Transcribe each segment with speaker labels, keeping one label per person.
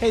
Speaker 1: Hey,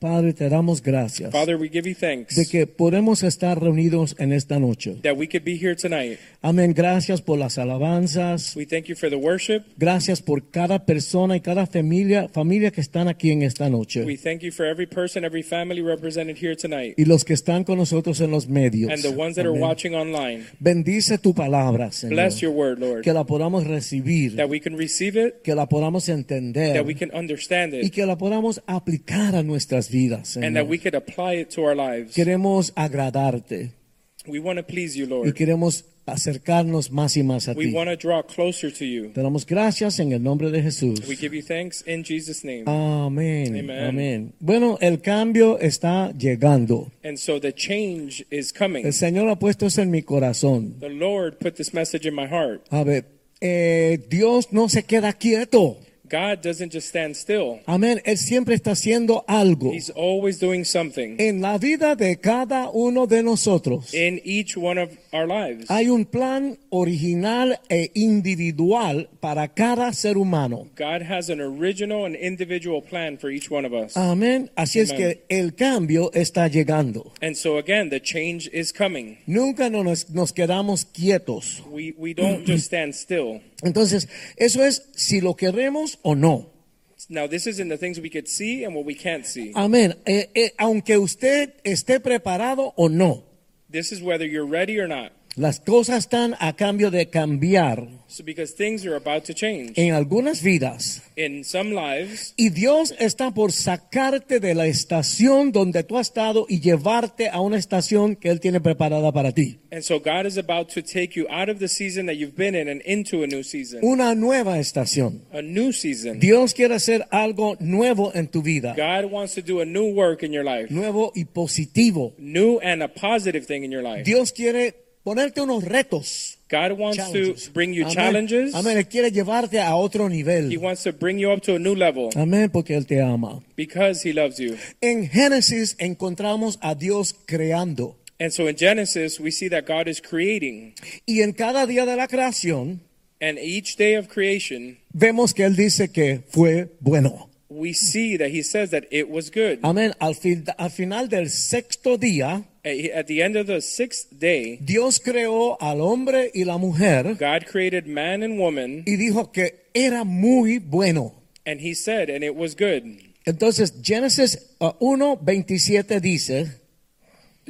Speaker 2: Padre, te damos gracias
Speaker 3: Father, we give you thanks
Speaker 2: de que podemos estar reunidos en esta noche.
Speaker 3: that we could be here tonight.
Speaker 2: Amén. Gracias por las alabanzas.
Speaker 3: We thank you for the worship.
Speaker 2: Gracias por cada persona y cada familia, familia que están aquí en esta
Speaker 3: We
Speaker 2: noche.
Speaker 3: thank you for every person, every family represented here tonight,
Speaker 2: Y los que están con nosotros en los medios.
Speaker 3: and the ones that are
Speaker 2: Amén.
Speaker 3: watching online.
Speaker 2: Bendice tu palabra, Señor.
Speaker 3: Bless your word, Lord,
Speaker 2: Que la podamos recibir,
Speaker 3: that we can receive it,
Speaker 2: que la podamos entender
Speaker 3: that we can understand
Speaker 2: y
Speaker 3: it,
Speaker 2: que la podamos aplicar a nuestras vidas. Señor.
Speaker 3: and that we could apply it to our lives.
Speaker 2: Queremos agradarte
Speaker 3: We want to please you,
Speaker 2: y
Speaker 3: Lord.
Speaker 2: queremos acercarnos más y más a
Speaker 3: We
Speaker 2: ti.
Speaker 3: want to draw closer to you.
Speaker 2: Te damos gracias en el nombre de Jesús.
Speaker 3: We give you thanks in Jesus' name.
Speaker 2: Amén.
Speaker 3: Amen.
Speaker 2: Amén. Bueno, el cambio está llegando.
Speaker 3: And so the change is
Speaker 2: El
Speaker 3: coming.
Speaker 2: Señor ha puesto eso en mi corazón.
Speaker 3: The Lord put this message in my heart.
Speaker 2: A ver, eh, Dios no se queda quieto.
Speaker 3: God doesn't just stand still,
Speaker 2: Amén. Él siempre está haciendo algo.
Speaker 3: He's always doing something
Speaker 2: En la vida de cada uno de nosotros
Speaker 3: in each one of our lives.
Speaker 2: hay un plan original e individual para cada ser humano.
Speaker 3: God has an original and individual plan for each one of us.
Speaker 2: Uh, Amén. Así es
Speaker 3: Amen.
Speaker 2: que el cambio está llegando.
Speaker 3: and so again, the change is coming.
Speaker 2: Nunca no nos, nos quedamos quietos.
Speaker 3: We we don't just stand still.
Speaker 2: Entonces, eso es si lo queremos o no.
Speaker 3: Now this is in the things we could see and what we can't see.
Speaker 2: Amén. Eh, eh, aunque usted esté preparado o no,
Speaker 3: This is whether you're ready or not.
Speaker 2: las cosas están a cambio de cambiar
Speaker 3: So because things are about to change
Speaker 2: en algunas vidas.
Speaker 3: in some lives,
Speaker 2: Y Dios está por sacarte de la estación donde tú has estado y llevarte a una estación que Él tiene preparada para ti.
Speaker 3: and so God is about to take you out of the season that you've been in and into a new season.
Speaker 2: Una nueva estación.
Speaker 3: A new season.
Speaker 2: Dios quiere hacer algo nuevo en tu vida.
Speaker 3: God wants to do a new work in your life,
Speaker 2: Nuevo y positivo.
Speaker 3: new and a positive thing in your life.
Speaker 2: Dios quiere ponerte unos retos.
Speaker 3: God wants to
Speaker 2: Challenges.
Speaker 3: bring you
Speaker 2: Amén.
Speaker 3: challenges.
Speaker 2: Amén. Él quiere llevarte a otro nivel.
Speaker 3: He wants to bring you up to a new level
Speaker 2: Amén, porque Él te ama.
Speaker 3: because he loves you.
Speaker 2: En Génesis encontramos a Dios creando.
Speaker 3: And so in Genesis, we see that God is creating.
Speaker 2: Y en cada día de la creación
Speaker 3: And each day of creation,
Speaker 2: vemos que Él dice que fue bueno.
Speaker 3: we see that he says that it was good.
Speaker 2: Amén. Al, fin- al final del sexto día,
Speaker 3: At at the end of the sixth day,
Speaker 2: Dios creó al hombre y la mujer
Speaker 3: God created man and woman,
Speaker 2: y dijo que era muy bueno.
Speaker 3: and he said, and it was good.
Speaker 2: Entonces, Génesis 1.27 dice,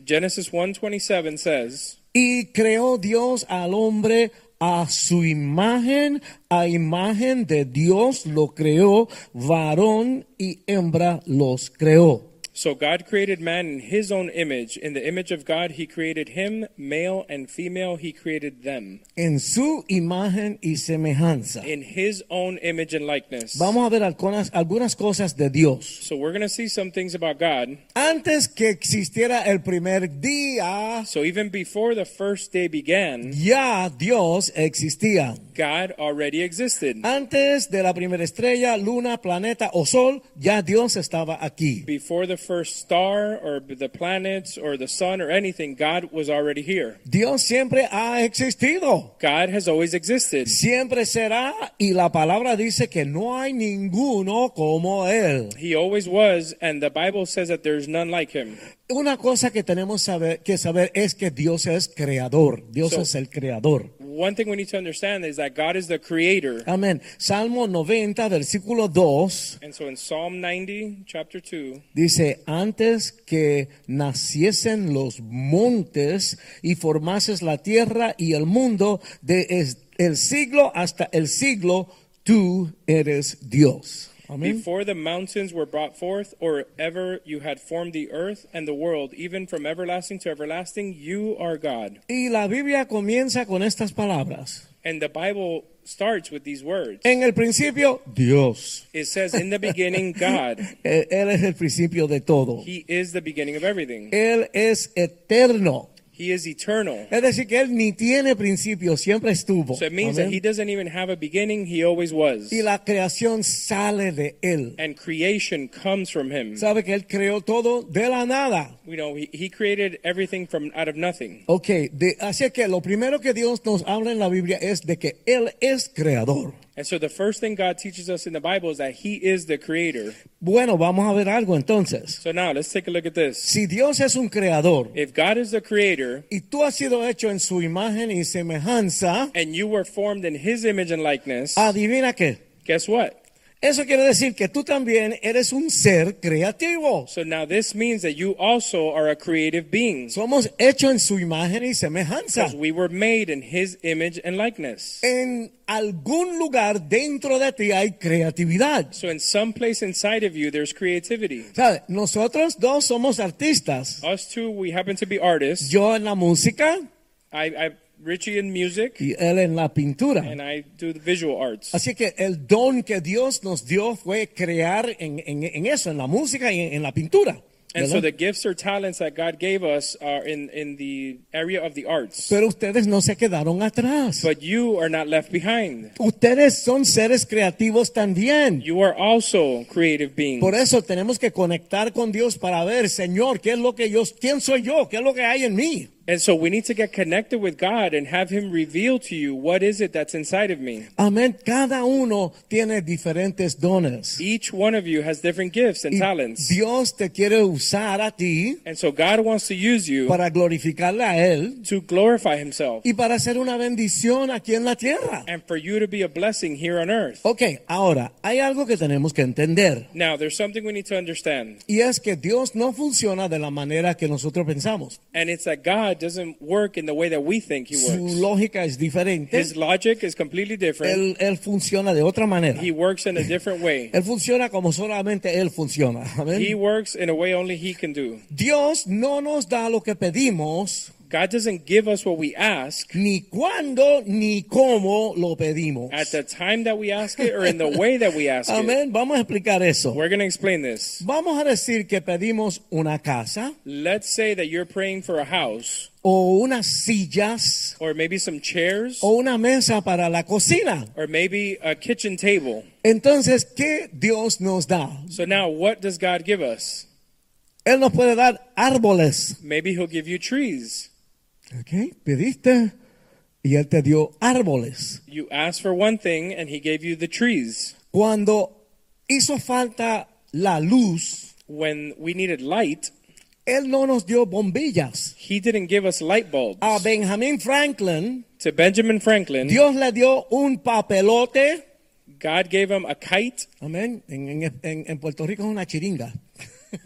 Speaker 3: Genesis 1:27 says,
Speaker 2: Y creó Dios al hombre a su imagen, a imagen de Dios lo creó, varón y hembra los creó.
Speaker 3: So God created man in his own image. In the image of God, he created him, male and female, he created them.
Speaker 2: En su imagen y semejanza.
Speaker 3: In his own image and likeness.
Speaker 2: Vamos a ver algunas, algunas cosas de Dios.
Speaker 3: So we're going to see some things about God.
Speaker 2: Antes que existiera el primer día,
Speaker 3: So even before the first day began,
Speaker 2: ya Dios existía.
Speaker 3: God already existed.
Speaker 2: Antes de la primera estrella, luna, planeta o sol, ya Dios estaba aquí.
Speaker 3: Before the first star or the planets or the sun or anything, God was already here.
Speaker 2: Dios siempre ha existido.
Speaker 3: God has always existed.
Speaker 2: Siempre será y la palabra dice que no hay ninguno como él.
Speaker 3: He always was, and the Bible says that there's none like him.
Speaker 2: Una cosa que tenemos saber- que saber es que Dios es creador. Dios
Speaker 3: So-
Speaker 2: es el creador.
Speaker 3: One thing we need to understand is that God is the creator.
Speaker 2: Amén. Salmo 90, versículo 2
Speaker 3: And so in Psalm 90, chapter 2,
Speaker 2: dice, antes que naciesen los montes y formases la tierra y el mundo, de es- el siglo hasta el siglo, tú eres Dios. Amén.
Speaker 3: before the mountains were brought forth, or ever you had formed the earth and the world, even from everlasting to everlasting, you are God.
Speaker 2: Y la Biblia comienza con estas palabras.
Speaker 3: And the Bible starts with these words.
Speaker 2: En el principio, Dios.
Speaker 3: It says, In the beginning, God.
Speaker 2: Eh, Él es el principio de todo.
Speaker 3: He is the beginning of everything.
Speaker 2: Él es eterno.
Speaker 3: He is eternal.
Speaker 2: Es decir, que Él ni tiene principio, siempre estuvo.
Speaker 3: So it means that
Speaker 2: Amén.
Speaker 3: he doesn't even have a beginning, he always was.
Speaker 2: Y la creación sale de Él.
Speaker 3: And creation comes from him.
Speaker 2: Sabe que Él creó todo de la nada.
Speaker 3: You know, he, he created everything from out of nothing.
Speaker 2: Ok, de- así que lo primero que Dios nos habla en la Biblia es de que Él es creador.
Speaker 3: And so the first thing God teaches us in the Bible is that he is the creator.
Speaker 2: Bueno, vamos a ver algo entonces.
Speaker 3: So now let's take a look at this.
Speaker 2: Si Dios es un creador
Speaker 3: If God is the creator
Speaker 2: y tú has sido hecho en su imagen y semejanza,
Speaker 3: and you were formed in his image and likeness,
Speaker 2: adivina qué.
Speaker 3: guess what?
Speaker 2: Eso quiere decir que tú también eres un ser creativo.
Speaker 3: So now this means that you also are a creative being.
Speaker 2: Somos hechos en su imagen y semejanza.
Speaker 3: Because we were made in his image and likeness.
Speaker 2: En algún lugar dentro de ti hay creatividad.
Speaker 3: So in some place inside of you, there's creativity.
Speaker 2: ¿Sabe? Nosotros dos somos artistas.
Speaker 3: Us two, we happen to be artists.
Speaker 2: Yo en la música
Speaker 3: I, I Richie in music,
Speaker 2: y él en la pintura.
Speaker 3: and I do the visual arts.
Speaker 2: Así que el don que Dios nos dio fue crear en, en- en eso, en la música y en, en la pintura.
Speaker 3: And
Speaker 2: ¿verdad?
Speaker 3: so the gifts or talents that God gave us are in, in the area of the arts.
Speaker 2: Pero ustedes no se quedaron atrás.
Speaker 3: But you are not left behind.
Speaker 2: ustedes son seres creativos también.
Speaker 3: You are also creative beings.
Speaker 2: Por eso tenemos que conectar con Dios para ver, Señor, qué es lo que yo, quién soy yo, qué es lo que hay en mí.
Speaker 3: And so we need to get connected with God and have Him reveal to you what is it that's inside of me.
Speaker 2: Amén. Cada uno tiene diferentes dones.
Speaker 3: Each one of you has different gifts and
Speaker 2: Y
Speaker 3: talents.
Speaker 2: Dios te quiere usar a ti
Speaker 3: And so God wants to use you
Speaker 2: para glorificarle a Él
Speaker 3: to glorify Himself
Speaker 2: y para hacer una bendición aquí en la tierra.
Speaker 3: and for you to be a blessing here on earth.
Speaker 2: Ok, ahora, hay algo que tenemos que entender.
Speaker 3: Now, there's something we need to understand,
Speaker 2: Y es que Dios no funciona de la manera que nosotros pensamos.
Speaker 3: and it's that God doesn't work in the way that we think He
Speaker 2: Su
Speaker 3: works.
Speaker 2: lógica es diferente.
Speaker 3: His logic is completely different.
Speaker 2: Él, él funciona de otra manera.
Speaker 3: He works in a different way.
Speaker 2: Él funciona como solamente Él funciona. Amén.
Speaker 3: He works in a way only He can do.
Speaker 2: Dios no nos da lo que pedimos,
Speaker 3: God doesn't give us what we ask
Speaker 2: ni cuándo, ni cómo lo pedimos.
Speaker 3: at the time that we ask it or in the way that we ask it.
Speaker 2: Amén. Vamos a explicar eso.
Speaker 3: We're going to explain this.
Speaker 2: Vamos a decir que pedimos una casa
Speaker 3: Let's say that you're praying for a house
Speaker 2: o unas sillas
Speaker 3: or maybe some chairs
Speaker 2: o una mesa para la cocina.
Speaker 3: or maybe a kitchen table.
Speaker 2: Entonces, ¿qué Dios nos da?
Speaker 3: So now what does God give us?
Speaker 2: Él nos puede dar árboles.
Speaker 3: Maybe he'll give you trees.
Speaker 2: ¿Ok? Pediste y Él te dio árboles.
Speaker 3: You asked for one thing and he gave you the trees.
Speaker 2: Cuando hizo falta la luz,
Speaker 3: When we needed light,
Speaker 2: Él no nos dio bombillas.
Speaker 3: he didn't give us light bulbs.
Speaker 2: A Benjamin Franklin,
Speaker 3: to Benjamin Franklin,
Speaker 2: Dios le dio un papelote.
Speaker 3: God gave him a kite.
Speaker 2: Amén. En, en- en- en Puerto Rico es una chiringa.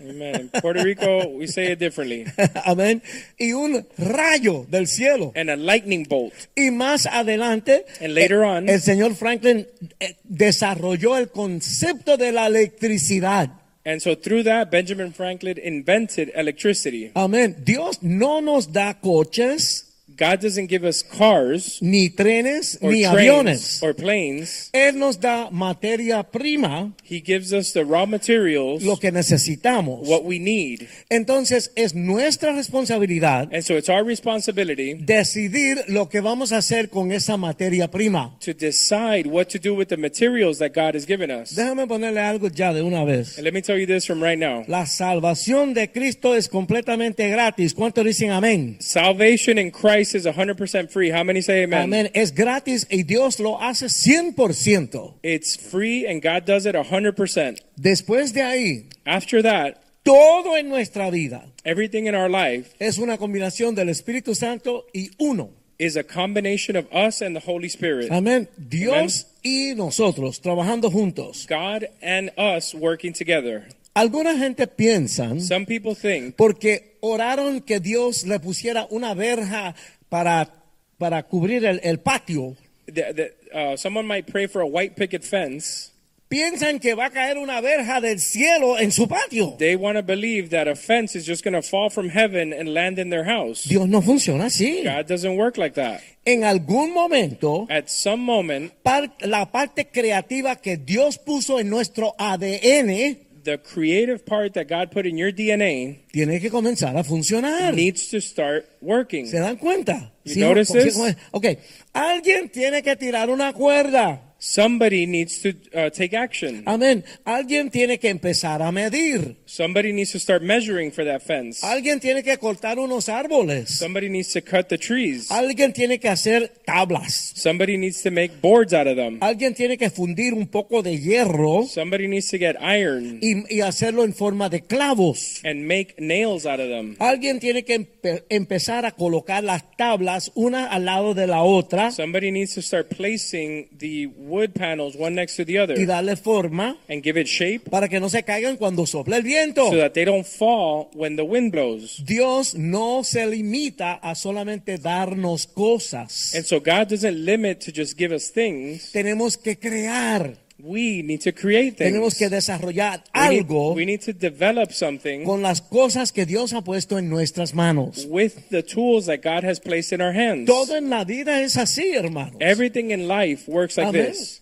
Speaker 3: Amen. In Puerto Rico, we say it differently.
Speaker 2: Amén. Y un rayo del cielo.
Speaker 3: And a lightning bolt.
Speaker 2: Y más adelante, eh,
Speaker 3: And later on-
Speaker 2: el señor Franklin eh, desarrolló el concepto de la electricidad.
Speaker 3: And so through that, Benjamin Franklin invented electricity.
Speaker 2: Amén. Dios no nos da coches,
Speaker 3: God doesn't give us cars
Speaker 2: ni trenes,
Speaker 3: or
Speaker 2: ni
Speaker 3: trains
Speaker 2: aviones.
Speaker 3: or planes.
Speaker 2: Él nos da materia prima,
Speaker 3: He gives us the raw materials,
Speaker 2: lo que necesitamos.
Speaker 3: what we need.
Speaker 2: Entonces es nuestra responsabilidad
Speaker 3: And so it's our responsibility
Speaker 2: decidir lo que vamos a hacer con esa materia prima.
Speaker 3: to decide what to do with the materials that God has given us.
Speaker 2: Déjame ponerle algo ya de una vez.
Speaker 3: And let me tell you this from right now.
Speaker 2: La salvación de Cristo es completamente gratis. ¿Cuántos dicen amén?
Speaker 3: Salvation in Christ is 100% free. How many say amen?
Speaker 2: Amén. Es gratis y Dios lo hace 100%.
Speaker 3: It's free and God does it 100%.
Speaker 2: Después de ahí,
Speaker 3: After that,
Speaker 2: todo en nuestra vida
Speaker 3: everything in our life
Speaker 2: es una combinación del Espíritu Santo y uno.
Speaker 3: is a combination of us and the Holy Spirit.
Speaker 2: Amén. Dios y nosotros trabajando juntos.
Speaker 3: God and us working together.
Speaker 2: Alguna gente piensan
Speaker 3: Some people think
Speaker 2: porque oraron que Dios le pusiera una verja para, para cubrir el, el patio,
Speaker 3: that, that uh, someone might pray for a white picket fence,
Speaker 2: piensan que va a caer una verja del cielo en su patio.
Speaker 3: They want to believe that a fence is just going to fall from heaven and land in their house.
Speaker 2: Dios no funciona así.
Speaker 3: God doesn't work like that.
Speaker 2: En algún momento,
Speaker 3: At some moment,
Speaker 2: par- la parte creativa que Dios puso en nuestro ADN
Speaker 3: the creative part that God put in your DNA
Speaker 2: tiene que comenzar a funcionar.
Speaker 3: needs to start working.
Speaker 2: ¿Se dan cuenta?
Speaker 3: You notice
Speaker 2: con-
Speaker 3: this?
Speaker 2: con- ok, alguien tiene que tirar una cuerda.
Speaker 3: Somebody needs to uh, take action.
Speaker 2: Amén. Alguien tiene que empezar a medir.
Speaker 3: Somebody needs to start measuring for that fence.
Speaker 2: Alguien tiene que cortar unos árboles.
Speaker 3: Somebody needs to cut the trees.
Speaker 2: Alguien tiene que hacer tablas.
Speaker 3: Somebody needs to make boards out of them.
Speaker 2: Alguien tiene que fundir un poco de hierro
Speaker 3: Somebody needs to get iron
Speaker 2: y, y hacerlo en forma de clavos.
Speaker 3: and make nails out of them.
Speaker 2: Alguien tiene que empe- empezar a colocar las tablas una al lado de la otra
Speaker 3: Somebody needs to start placing the wood panels one next to the
Speaker 2: y
Speaker 3: other
Speaker 2: darle forma
Speaker 3: and give it shape
Speaker 2: para que no se caigan cuando sopla el viento.
Speaker 3: so that they don't fall when the wind blows.
Speaker 2: Dios no se limita a solamente darnos cosas.
Speaker 3: And so God doesn't limit to just give us things.
Speaker 2: tenemos que crear,
Speaker 3: We need to create
Speaker 2: tenemos
Speaker 3: things.
Speaker 2: que desarrollar
Speaker 3: We need,
Speaker 2: algo
Speaker 3: we need to develop something
Speaker 2: con las cosas que Dios ha puesto en nuestras manos.
Speaker 3: with the tools that God has placed in our hands.
Speaker 2: Todo en la vida es así, hermanos.
Speaker 3: Everything in life works like
Speaker 2: Amén.
Speaker 3: this.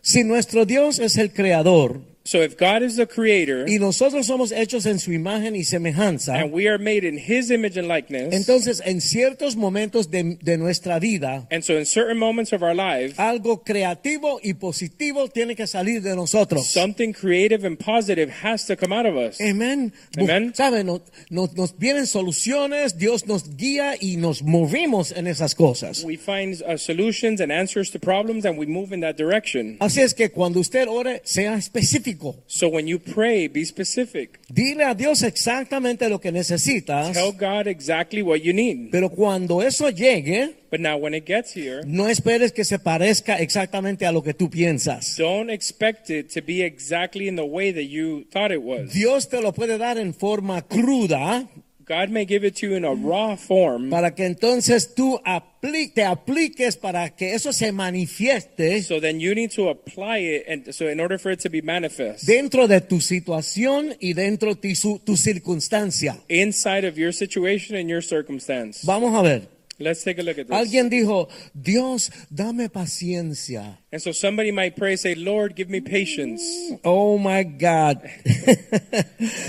Speaker 2: Si nuestro Dios es el creador
Speaker 3: So if God is the creator
Speaker 2: y nosotros somos hechos en su imagen y semejanza,
Speaker 3: and we are made in his image and likeness,
Speaker 2: entonces en ciertos momentos de, de nuestra vida,
Speaker 3: and so in certain moments of our life,
Speaker 2: algo creativo y positivo tiene que salir de nosotros.
Speaker 3: something creative and positive has to come out of us.
Speaker 2: Amén.
Speaker 3: Amén.
Speaker 2: Bu- Saben, no- nos, nos vienen soluciones, Dios nos guía y nos movimos en esas cosas.
Speaker 3: We find uh, solutions and answers to problems and we move in that direction.
Speaker 2: Así es que cuando usted ore, sea específico.
Speaker 3: So when you pray, be specific.
Speaker 2: Dile a Dios exactamente lo que necesitas.
Speaker 3: Tell God exactly what you need.
Speaker 2: Pero cuando eso llegue,
Speaker 3: But now when it gets here,
Speaker 2: no esperes que se parezca exactamente a lo que tú piensas.
Speaker 3: don't expect it to be exactly in the way that you thought it was.
Speaker 2: Dios te lo puede dar en forma cruda
Speaker 3: God may give it to you in a raw form
Speaker 2: para que entonces tú apli- te apliques para que eso se manifieste
Speaker 3: So then you need to apply it, and so in order for it to be manifest
Speaker 2: dentro de tu situación y dentro de su- tu circunstancia.
Speaker 3: inside of your situation and your circumstance.
Speaker 2: Vamos a ver.
Speaker 3: Let's take a look at this.
Speaker 2: Alguien dijo, Dios, dame paciencia.
Speaker 3: and so somebody might pray, say, "Lord, give me patience."
Speaker 2: Oh my God.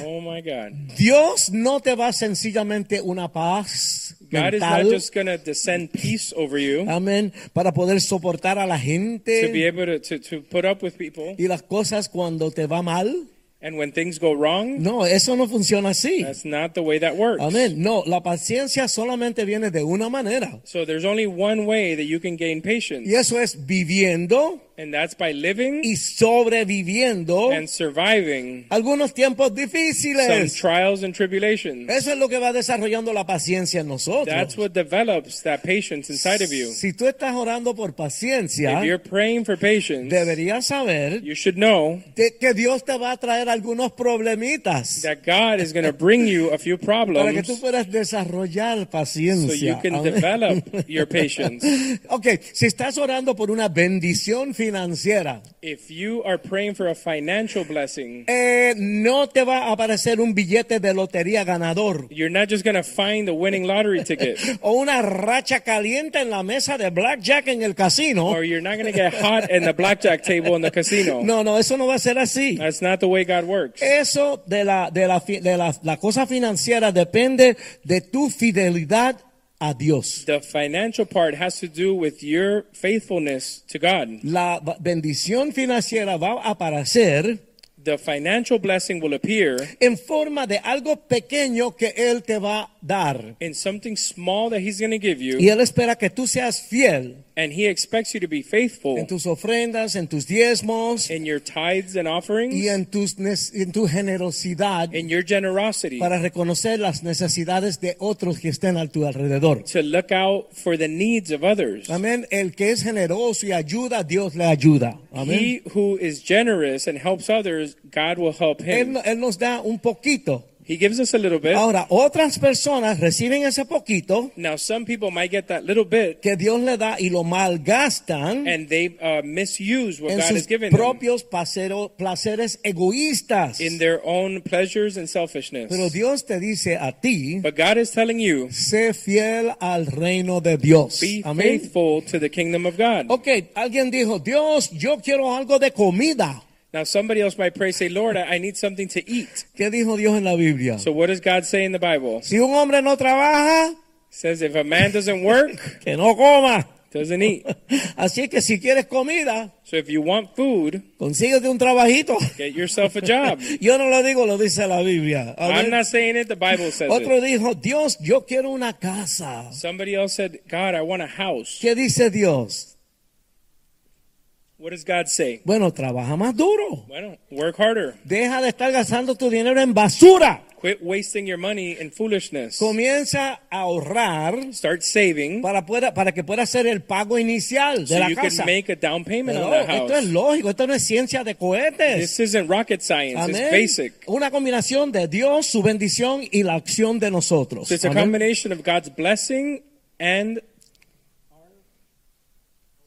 Speaker 3: Oh my God,
Speaker 2: Dios no te va sencillamente una paz
Speaker 3: God is not
Speaker 2: mental, Uh,
Speaker 3: just gonna descend peace over you
Speaker 2: amén, para poder soportar a la
Speaker 3: to be
Speaker 2: gente
Speaker 3: able to, to to put up with people,
Speaker 2: y las cosas cuando te va mal.
Speaker 3: and when things go wrong,
Speaker 2: No, eso no funciona así.
Speaker 3: that's not the way that works.
Speaker 2: Amén. No, la paciencia solamente viene de una manera.
Speaker 3: So there's only one way that you can gain patience,
Speaker 2: Y eso es viviendo
Speaker 3: and that's by living
Speaker 2: y sobreviviendo
Speaker 3: and surviving
Speaker 2: algunos tiempos
Speaker 3: some
Speaker 2: difíciles.
Speaker 3: trials and tribulations.
Speaker 2: Eso es lo que va desarrollando la paciencia en nosotros.
Speaker 3: That's what develops that patience inside of you.
Speaker 2: Si tú estás orando por paciencia,
Speaker 3: If you're praying for patience,
Speaker 2: deberías saber
Speaker 3: you should know
Speaker 2: de- que Dios te va a traer algunos problemitas
Speaker 3: that God is going to bring you a few
Speaker 2: para que tú
Speaker 3: problems
Speaker 2: puedas desarrollar
Speaker 3: so you
Speaker 2: paciencia.
Speaker 3: can
Speaker 2: Amén.
Speaker 3: develop your patience.
Speaker 2: ok, si estás orando por una bendición financiera,
Speaker 3: If you are praying for a financial blessing,
Speaker 2: eh, no te va a aparecer un billete de lotería ganador
Speaker 3: you're not just going to find the winning lottery ticket
Speaker 2: o una racha caliente en la mesa de blackjack en el casino.
Speaker 3: or you're not going to get hot in the blackjack table in the casino.
Speaker 2: No, no, eso no va a ser así.
Speaker 3: That's not the way God works.
Speaker 2: Eso de la de la fi- de la, la cosa financiera depende de tu fidelidad a Dios.
Speaker 3: The financial part has to do with your faithfulness to God.
Speaker 2: La ba- bendición financiera va a aparecer
Speaker 3: The financial blessing will appear
Speaker 2: en forma de algo pequeño que él te va a dar.
Speaker 3: in something small that he's going to give
Speaker 2: Y
Speaker 3: you,
Speaker 2: él espera que tú seas fiel
Speaker 3: and he expects you to be faithful
Speaker 2: en tus ofrendas, en tus diezmos
Speaker 3: in your tithes and offerings,
Speaker 2: y en tus nes- en tu generosidad
Speaker 3: in your generosity,
Speaker 2: para reconocer las necesidades de otros que estén a tu alrededor.
Speaker 3: to look out for the needs of others.
Speaker 2: Amén. El que es generoso y ayuda, Dios le ayuda. Amén.
Speaker 3: He who is generous and helps others, God will help
Speaker 2: Él,
Speaker 3: him.
Speaker 2: él nos da un poquito
Speaker 3: He gives us a little bit.
Speaker 2: Ahora, otras personas reciben ese poquito
Speaker 3: Now, some people might get that little bit
Speaker 2: que Dios le da y lo malgastan
Speaker 3: and they uh, misuse what
Speaker 2: en
Speaker 3: God has
Speaker 2: sus
Speaker 3: given them
Speaker 2: propios placero- placeres egoístas.
Speaker 3: in their own pleasures and selfishness.
Speaker 2: Pero Dios te dice a ti,
Speaker 3: But God is telling you,
Speaker 2: sé fiel al reino de Dios.
Speaker 3: be
Speaker 2: Amén.
Speaker 3: faithful to the kingdom of God.
Speaker 2: Ok, alguien dijo, Dios, yo quiero algo de comida.
Speaker 3: Now, somebody else might pray, say, Lord, I I need something to eat.
Speaker 2: ¿Qué dijo Dios en la Biblia?
Speaker 3: So, what does God say in the Bible?
Speaker 2: Si un hombre no trabaja,
Speaker 3: It says, if a man doesn't work,
Speaker 2: que no coma.
Speaker 3: doesn't eat.
Speaker 2: Así que si quieres comida,
Speaker 3: So, if you want food,
Speaker 2: consíguete un trabajito.
Speaker 3: get yourself a job.
Speaker 2: Yo no lo digo, lo dice la Biblia. A
Speaker 3: I'm
Speaker 2: ver.
Speaker 3: not saying it, the Bible says
Speaker 2: Otro
Speaker 3: it.
Speaker 2: dijo, Dios, yo quiero una casa.
Speaker 3: Somebody else said, God, I want a house.
Speaker 2: ¿Qué dice Dios?
Speaker 3: What does God say?
Speaker 2: Bueno, trabaja más duro.
Speaker 3: Well, work harder.
Speaker 2: Deja de estar gastando tu dinero en basura.
Speaker 3: Quit wasting your money in foolishness.
Speaker 2: Comienza a ahorrar
Speaker 3: Start saving
Speaker 2: para, pueda- para que pueda hacer el pago inicial de
Speaker 3: so
Speaker 2: la
Speaker 3: you
Speaker 2: casa.
Speaker 3: can make a down payment
Speaker 2: Hello,
Speaker 3: on that
Speaker 2: esto es
Speaker 3: house.
Speaker 2: lógico, esto no es ciencia de cohetes.
Speaker 3: This isn't rocket science. It's
Speaker 2: Amén.
Speaker 3: basic.
Speaker 2: Una combinación de Dios, su bendición y la acción de nosotros.
Speaker 3: So it's a
Speaker 2: Amén.
Speaker 3: combination of God's blessing and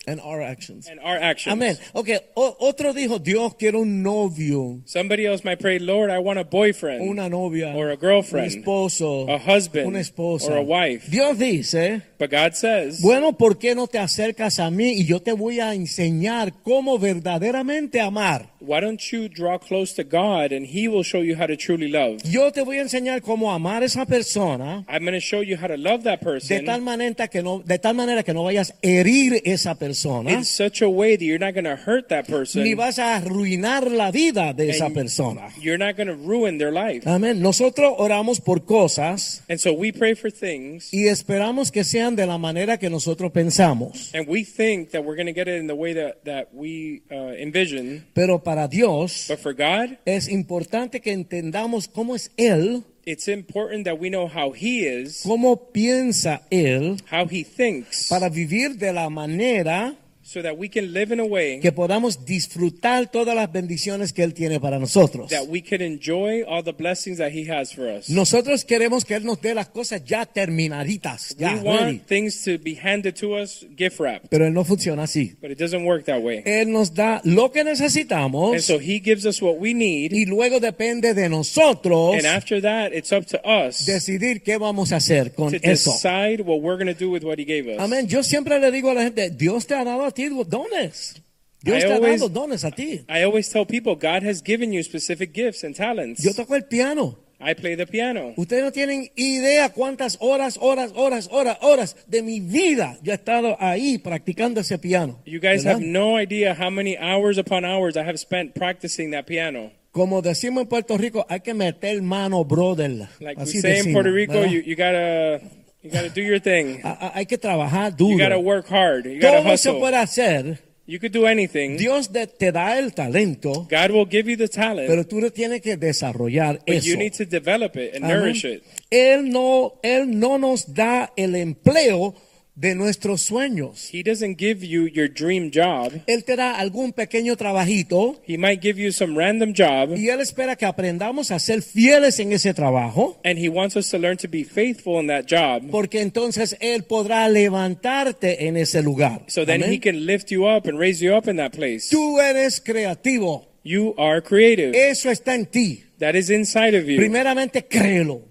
Speaker 2: And our actions.
Speaker 3: and our actions.
Speaker 2: Amén. Ok, o- otro dijo, Dios quiere un novio,
Speaker 3: Somebody else might pray, Lord, I want a boyfriend,
Speaker 2: una novia,
Speaker 3: Mm. Or a girlfriend.
Speaker 2: un esposo,
Speaker 3: a husband,
Speaker 2: una esposa.
Speaker 3: or a wife.
Speaker 2: Dios dice,
Speaker 3: But God says,
Speaker 2: bueno, ¿por qué no te acercas a mí y yo te voy a enseñar cómo verdaderamente amar?
Speaker 3: Why don't you draw close to God and He will show you how to truly love?
Speaker 2: Yo te voy a enseñar cómo amar a esa persona
Speaker 3: I'm going to show you how to love that
Speaker 2: de tal
Speaker 3: person
Speaker 2: manera que no, de tal manera que no vayas a herir esa persona.
Speaker 3: in such a way that you're not going to hurt that
Speaker 2: ni
Speaker 3: person.
Speaker 2: vas a arruinar la vida de esa
Speaker 3: and
Speaker 2: persona.
Speaker 3: You're not going to ruin their life.
Speaker 2: Amén. Nosotros oramos por cosas
Speaker 3: And so we pray for things
Speaker 2: y esperamos que sean de la manera que nosotros pensamos.
Speaker 3: and we think that we're going to get it in the way that, that we uh, envision.
Speaker 2: Pero para Dios
Speaker 3: But for God,
Speaker 2: es importante que entendamos cómo es Él,
Speaker 3: it's important that we know how He is,
Speaker 2: cómo piensa Él,
Speaker 3: how He thinks,
Speaker 2: para vivir de la manera
Speaker 3: so that we can live in a way
Speaker 2: que podamos disfrutar todas las bendiciones que Él tiene para nosotros.
Speaker 3: that we can enjoy all the blessings that He has for us.
Speaker 2: Nosotros queremos que Él nos dé las cosas ya terminaditas, ya
Speaker 3: we want
Speaker 2: ready.
Speaker 3: things to be handed to us gift wrapped,
Speaker 2: Pero Él no funciona así.
Speaker 3: but it doesn't work that way.
Speaker 2: Él nos da lo que necesitamos
Speaker 3: And so He gives us what we need,
Speaker 2: y luego depende de nosotros
Speaker 3: and after that, it's up to us
Speaker 2: decidir qué vamos a hacer con
Speaker 3: to
Speaker 2: eso.
Speaker 3: decide what we're going to do with what He gave us.
Speaker 2: Amén. Yo siempre le digo a la gente, Dios te ha dado a ti dones. Dios
Speaker 3: I
Speaker 2: te
Speaker 3: always-
Speaker 2: ha dado dones a ti.
Speaker 3: I always tell people God has given you specific gifts and talents.
Speaker 2: Yo toco el piano.
Speaker 3: I play the piano.
Speaker 2: Ustedes no tienen idea cuántas horas, horas, horas, horas, horas de mi vida yo he estado ahí practicando ese piano.
Speaker 3: You guys
Speaker 2: ¿Verdad?
Speaker 3: have no idea how many hours upon hours I have spent practicing that piano.
Speaker 2: Como decimos en Puerto Rico, hay que meter mano, brother.
Speaker 3: Like
Speaker 2: Así
Speaker 3: we say in
Speaker 2: decimos,
Speaker 3: Puerto Rico,
Speaker 2: ¿verdad?
Speaker 3: you, you gotta you gotta do your thing.
Speaker 2: A- a- hay que trabajar
Speaker 3: You
Speaker 2: duro.
Speaker 3: gotta work hard. You gotta
Speaker 2: Todo se puede
Speaker 3: hustle.
Speaker 2: hacer.
Speaker 3: You could do anything.
Speaker 2: Dios de- te da el talento,
Speaker 3: God will give you the talent,
Speaker 2: pero tú le tienes que desarrollar
Speaker 3: but
Speaker 2: eso.
Speaker 3: you need to develop it and
Speaker 2: Ajá.
Speaker 3: nourish it.
Speaker 2: Él no, él no nos da el empleo de nuestros sueños.
Speaker 3: He doesn't give you your dream job.
Speaker 2: Él te da algún pequeño trabajito
Speaker 3: He might give you some random job,
Speaker 2: y él espera que aprendamos a ser fieles en ese trabajo,
Speaker 3: and he wants us to learn to be faithful in that job.
Speaker 2: porque entonces él podrá levantarte en ese lugar.
Speaker 3: So then
Speaker 2: Amén.
Speaker 3: he can lift you up and raise you up in that place.
Speaker 2: Tú eres creativo.
Speaker 3: You are creative.
Speaker 2: Eso está en ti.
Speaker 3: That is inside of you.
Speaker 2: Primeramente créelo.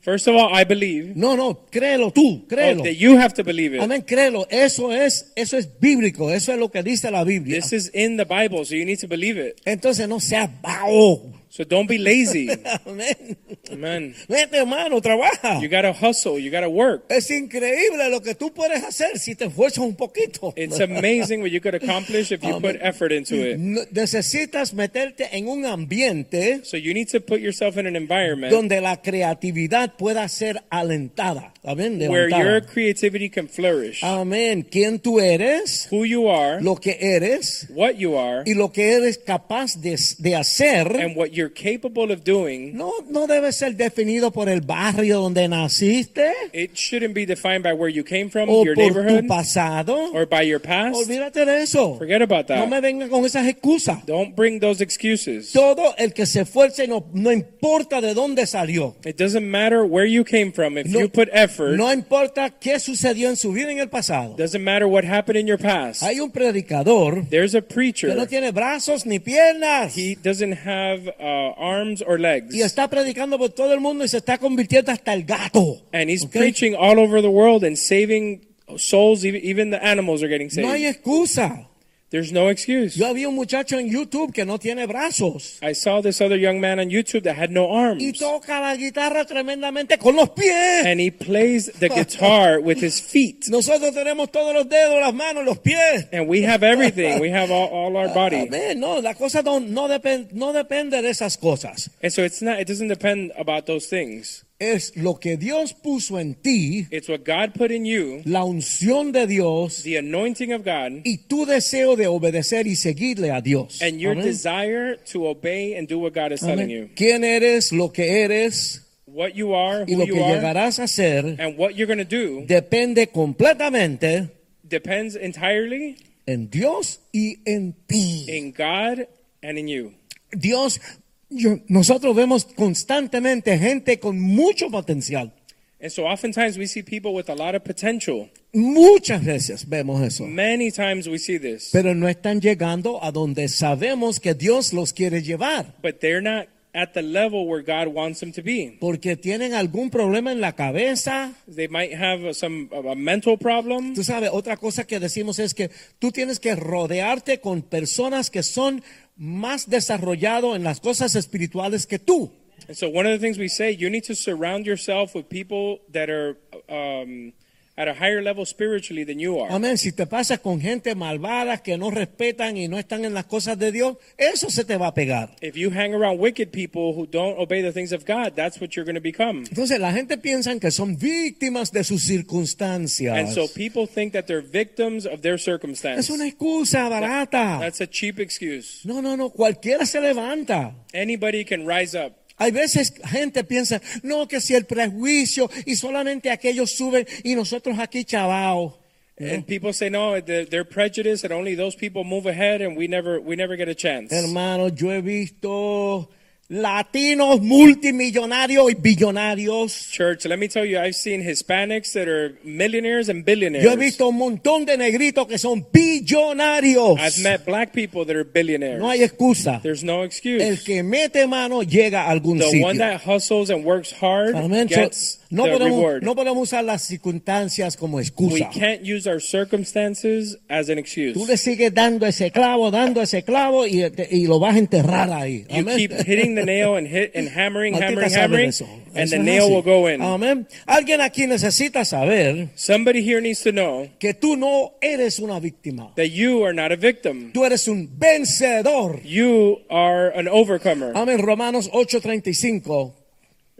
Speaker 3: First of all, I believe
Speaker 2: No, no, créelo tú,
Speaker 3: oh,
Speaker 2: créelo.
Speaker 3: that you have to believe it.
Speaker 2: Amén, créelo. Eso es, eso es bíblico. Eso es lo que dice la Biblia.
Speaker 3: This is in the Bible, so you need to believe it.
Speaker 2: Entonces no seas vago.
Speaker 3: So don't be lazy.
Speaker 2: Amén.
Speaker 3: Amen.
Speaker 2: Vete, hermano, trabaja.
Speaker 3: You gotta hustle. You gotta work.
Speaker 2: Es increíble lo que tú puedes hacer si te esfuerzas un poquito.
Speaker 3: It's amazing what you could accomplish if you put
Speaker 2: Amen.
Speaker 3: effort into it.
Speaker 2: No- Necesitas meterte en un ambiente
Speaker 3: So you need to put yourself in an environment
Speaker 2: donde la creatividad pueda ser alentada. Amén.
Speaker 3: where
Speaker 2: levantada.
Speaker 3: your creativity can flourish.
Speaker 2: Amén. ¿Quién tú eres?
Speaker 3: Who you are,
Speaker 2: Lo que eres
Speaker 3: what you are,
Speaker 2: y lo que eres capaz de, de hacer
Speaker 3: and what you're you're capable of doing,
Speaker 2: No, no debe ser definido por el barrio donde naciste
Speaker 3: it shouldn't be defined by where you came from,
Speaker 2: o
Speaker 3: your
Speaker 2: Oh, por tu
Speaker 3: neighborhood,
Speaker 2: pasado.
Speaker 3: or by your past.
Speaker 2: Olvídate de eso.
Speaker 3: Forget about
Speaker 2: No
Speaker 3: that.
Speaker 2: me vengan con esas excusas.
Speaker 3: Don't bring those excuses.
Speaker 2: Todo el que se esfuerce y no, no importa de dónde salió.
Speaker 3: It doesn't matter where you came from. If
Speaker 2: No,
Speaker 3: you put effort,
Speaker 2: no importa qué sucedió en su vida en el pasado.
Speaker 3: doesn't matter what happened in your past.
Speaker 2: Hay un predicador
Speaker 3: There's a
Speaker 2: que no
Speaker 3: preacher.
Speaker 2: tiene brazos ni piernas.
Speaker 3: He doesn't have uh, arms or legs.
Speaker 2: Y está predicando por todo el mundo y se está convirtiendo hasta el gato.
Speaker 3: And he's
Speaker 2: ¿Ok?
Speaker 3: preaching all over the world and saving souls. Even, even the animals are getting saved.
Speaker 2: No hay excusa.
Speaker 3: There's no excuse.
Speaker 2: Yo había un muchacho en YouTube que no tiene brazos
Speaker 3: I saw this other young man on YouTube that had no
Speaker 2: y
Speaker 3: arms.
Speaker 2: toca la guitarra tremendamente con los pies.
Speaker 3: And he plays the guitar with his feet.
Speaker 2: Nosotros tenemos todos los dedos, las manos, los pies.
Speaker 3: And we have everything. We have all, all our body.
Speaker 2: Amén. No, la cosa no, no, depen- no depende de esas cosas.
Speaker 3: And so it's not, it doesn't depend about those things.
Speaker 2: Es lo que Dios puso en ti,
Speaker 3: It's what God put in you,
Speaker 2: la unción de Dios
Speaker 3: the anointing of God,
Speaker 2: y tu deseo de obedecer y seguirle a Dios.
Speaker 3: and your
Speaker 2: Amén.
Speaker 3: desire to obey and do what God is telling
Speaker 2: Amén.
Speaker 3: you.
Speaker 2: ¿Quién eres, lo que eres
Speaker 3: What you are,
Speaker 2: y lo
Speaker 3: who
Speaker 2: que
Speaker 3: you are,
Speaker 2: llegarás a ser
Speaker 3: and what you're going to do
Speaker 2: depende completamente
Speaker 3: depends entirely
Speaker 2: en Dios y en ti.
Speaker 3: in God and in you.
Speaker 2: Dios, yo- nosotros vemos constantemente gente con mucho potencial.
Speaker 3: And so oftentimes we see people with a lot of potential.
Speaker 2: Muchas veces vemos eso.
Speaker 3: Many times we see this,
Speaker 2: Pero no están llegando a donde sabemos que Dios los quiere llevar.
Speaker 3: but they're not at the level where God wants them to be.
Speaker 2: Porque tienen algún problema en la cabeza.
Speaker 3: They might have uh, some a mental problem.
Speaker 2: Tú sabes, otra cosa que decimos es que tú tienes que rodearte con personas que son más desarrollados en las cosas espirituales que tú.
Speaker 3: And so one of the things we say, you need to surround yourself with people that are um, at a higher level spiritually than you are.
Speaker 2: Amén. Si te pasas con gente malvada que no respetan y no están en las cosas de Dios, eso se te va a pegar.
Speaker 3: If you hang around wicked people who don't obey the things of God, that's what you're going to become.
Speaker 2: Entonces la gente piensa que son víctimas de sus circunstancias.
Speaker 3: And so people think that they're victims of their circumstance.
Speaker 2: es una excusa barata.
Speaker 3: That's a cheap excuse.
Speaker 2: no, no, no, cualquiera se levanta.
Speaker 3: Anybody can rise up.
Speaker 2: Hay veces gente piensa, no, que si el prejuicio y solamente aquellos suben y nosotros aquí chavao.
Speaker 3: And people say, no, they're, they're prejudiced and only those people move ahead and we never, we never get a chance.
Speaker 2: Hermano, yo he visto latinos multimillonarios y billonarios.
Speaker 3: Church, let me tell you, I've seen Hispanics that are millionaires and billionaires.
Speaker 2: Yo he visto un montón de negritos que son billonarios.
Speaker 3: I've met black people that are billionaires.
Speaker 2: No hay excusa.
Speaker 3: There's no excuse.
Speaker 2: El que mete mano llega a algún
Speaker 3: the
Speaker 2: sitio.
Speaker 3: one that hustles and works hard
Speaker 2: Amén. So,
Speaker 3: gets
Speaker 2: no,
Speaker 3: the
Speaker 2: podemos,
Speaker 3: reward.
Speaker 2: no podemos usar las circunstancias como
Speaker 3: we
Speaker 2: excusa.
Speaker 3: can't use our circumstances as an excuse.
Speaker 2: Tú le sigues dando ese clavo, dando ese clavo y, te- y lo vas a enterrar ahí.
Speaker 3: you
Speaker 2: Amén.
Speaker 3: keep hitting the nail and hit and hammering,
Speaker 2: Maldita sabe
Speaker 3: hammering,
Speaker 2: de
Speaker 3: hammering,
Speaker 2: eso.
Speaker 3: and
Speaker 2: Eso
Speaker 3: the
Speaker 2: es
Speaker 3: nail
Speaker 2: así. Um,
Speaker 3: will go in.
Speaker 2: Amén. Alguien aquí necesita saber
Speaker 3: Somebody here needs to know
Speaker 2: que tú no eres una víctima.
Speaker 3: that you are not a victim.
Speaker 2: Tú eres un vencedor.
Speaker 3: You are an overcomer.
Speaker 2: Amén. Romanos 8:35.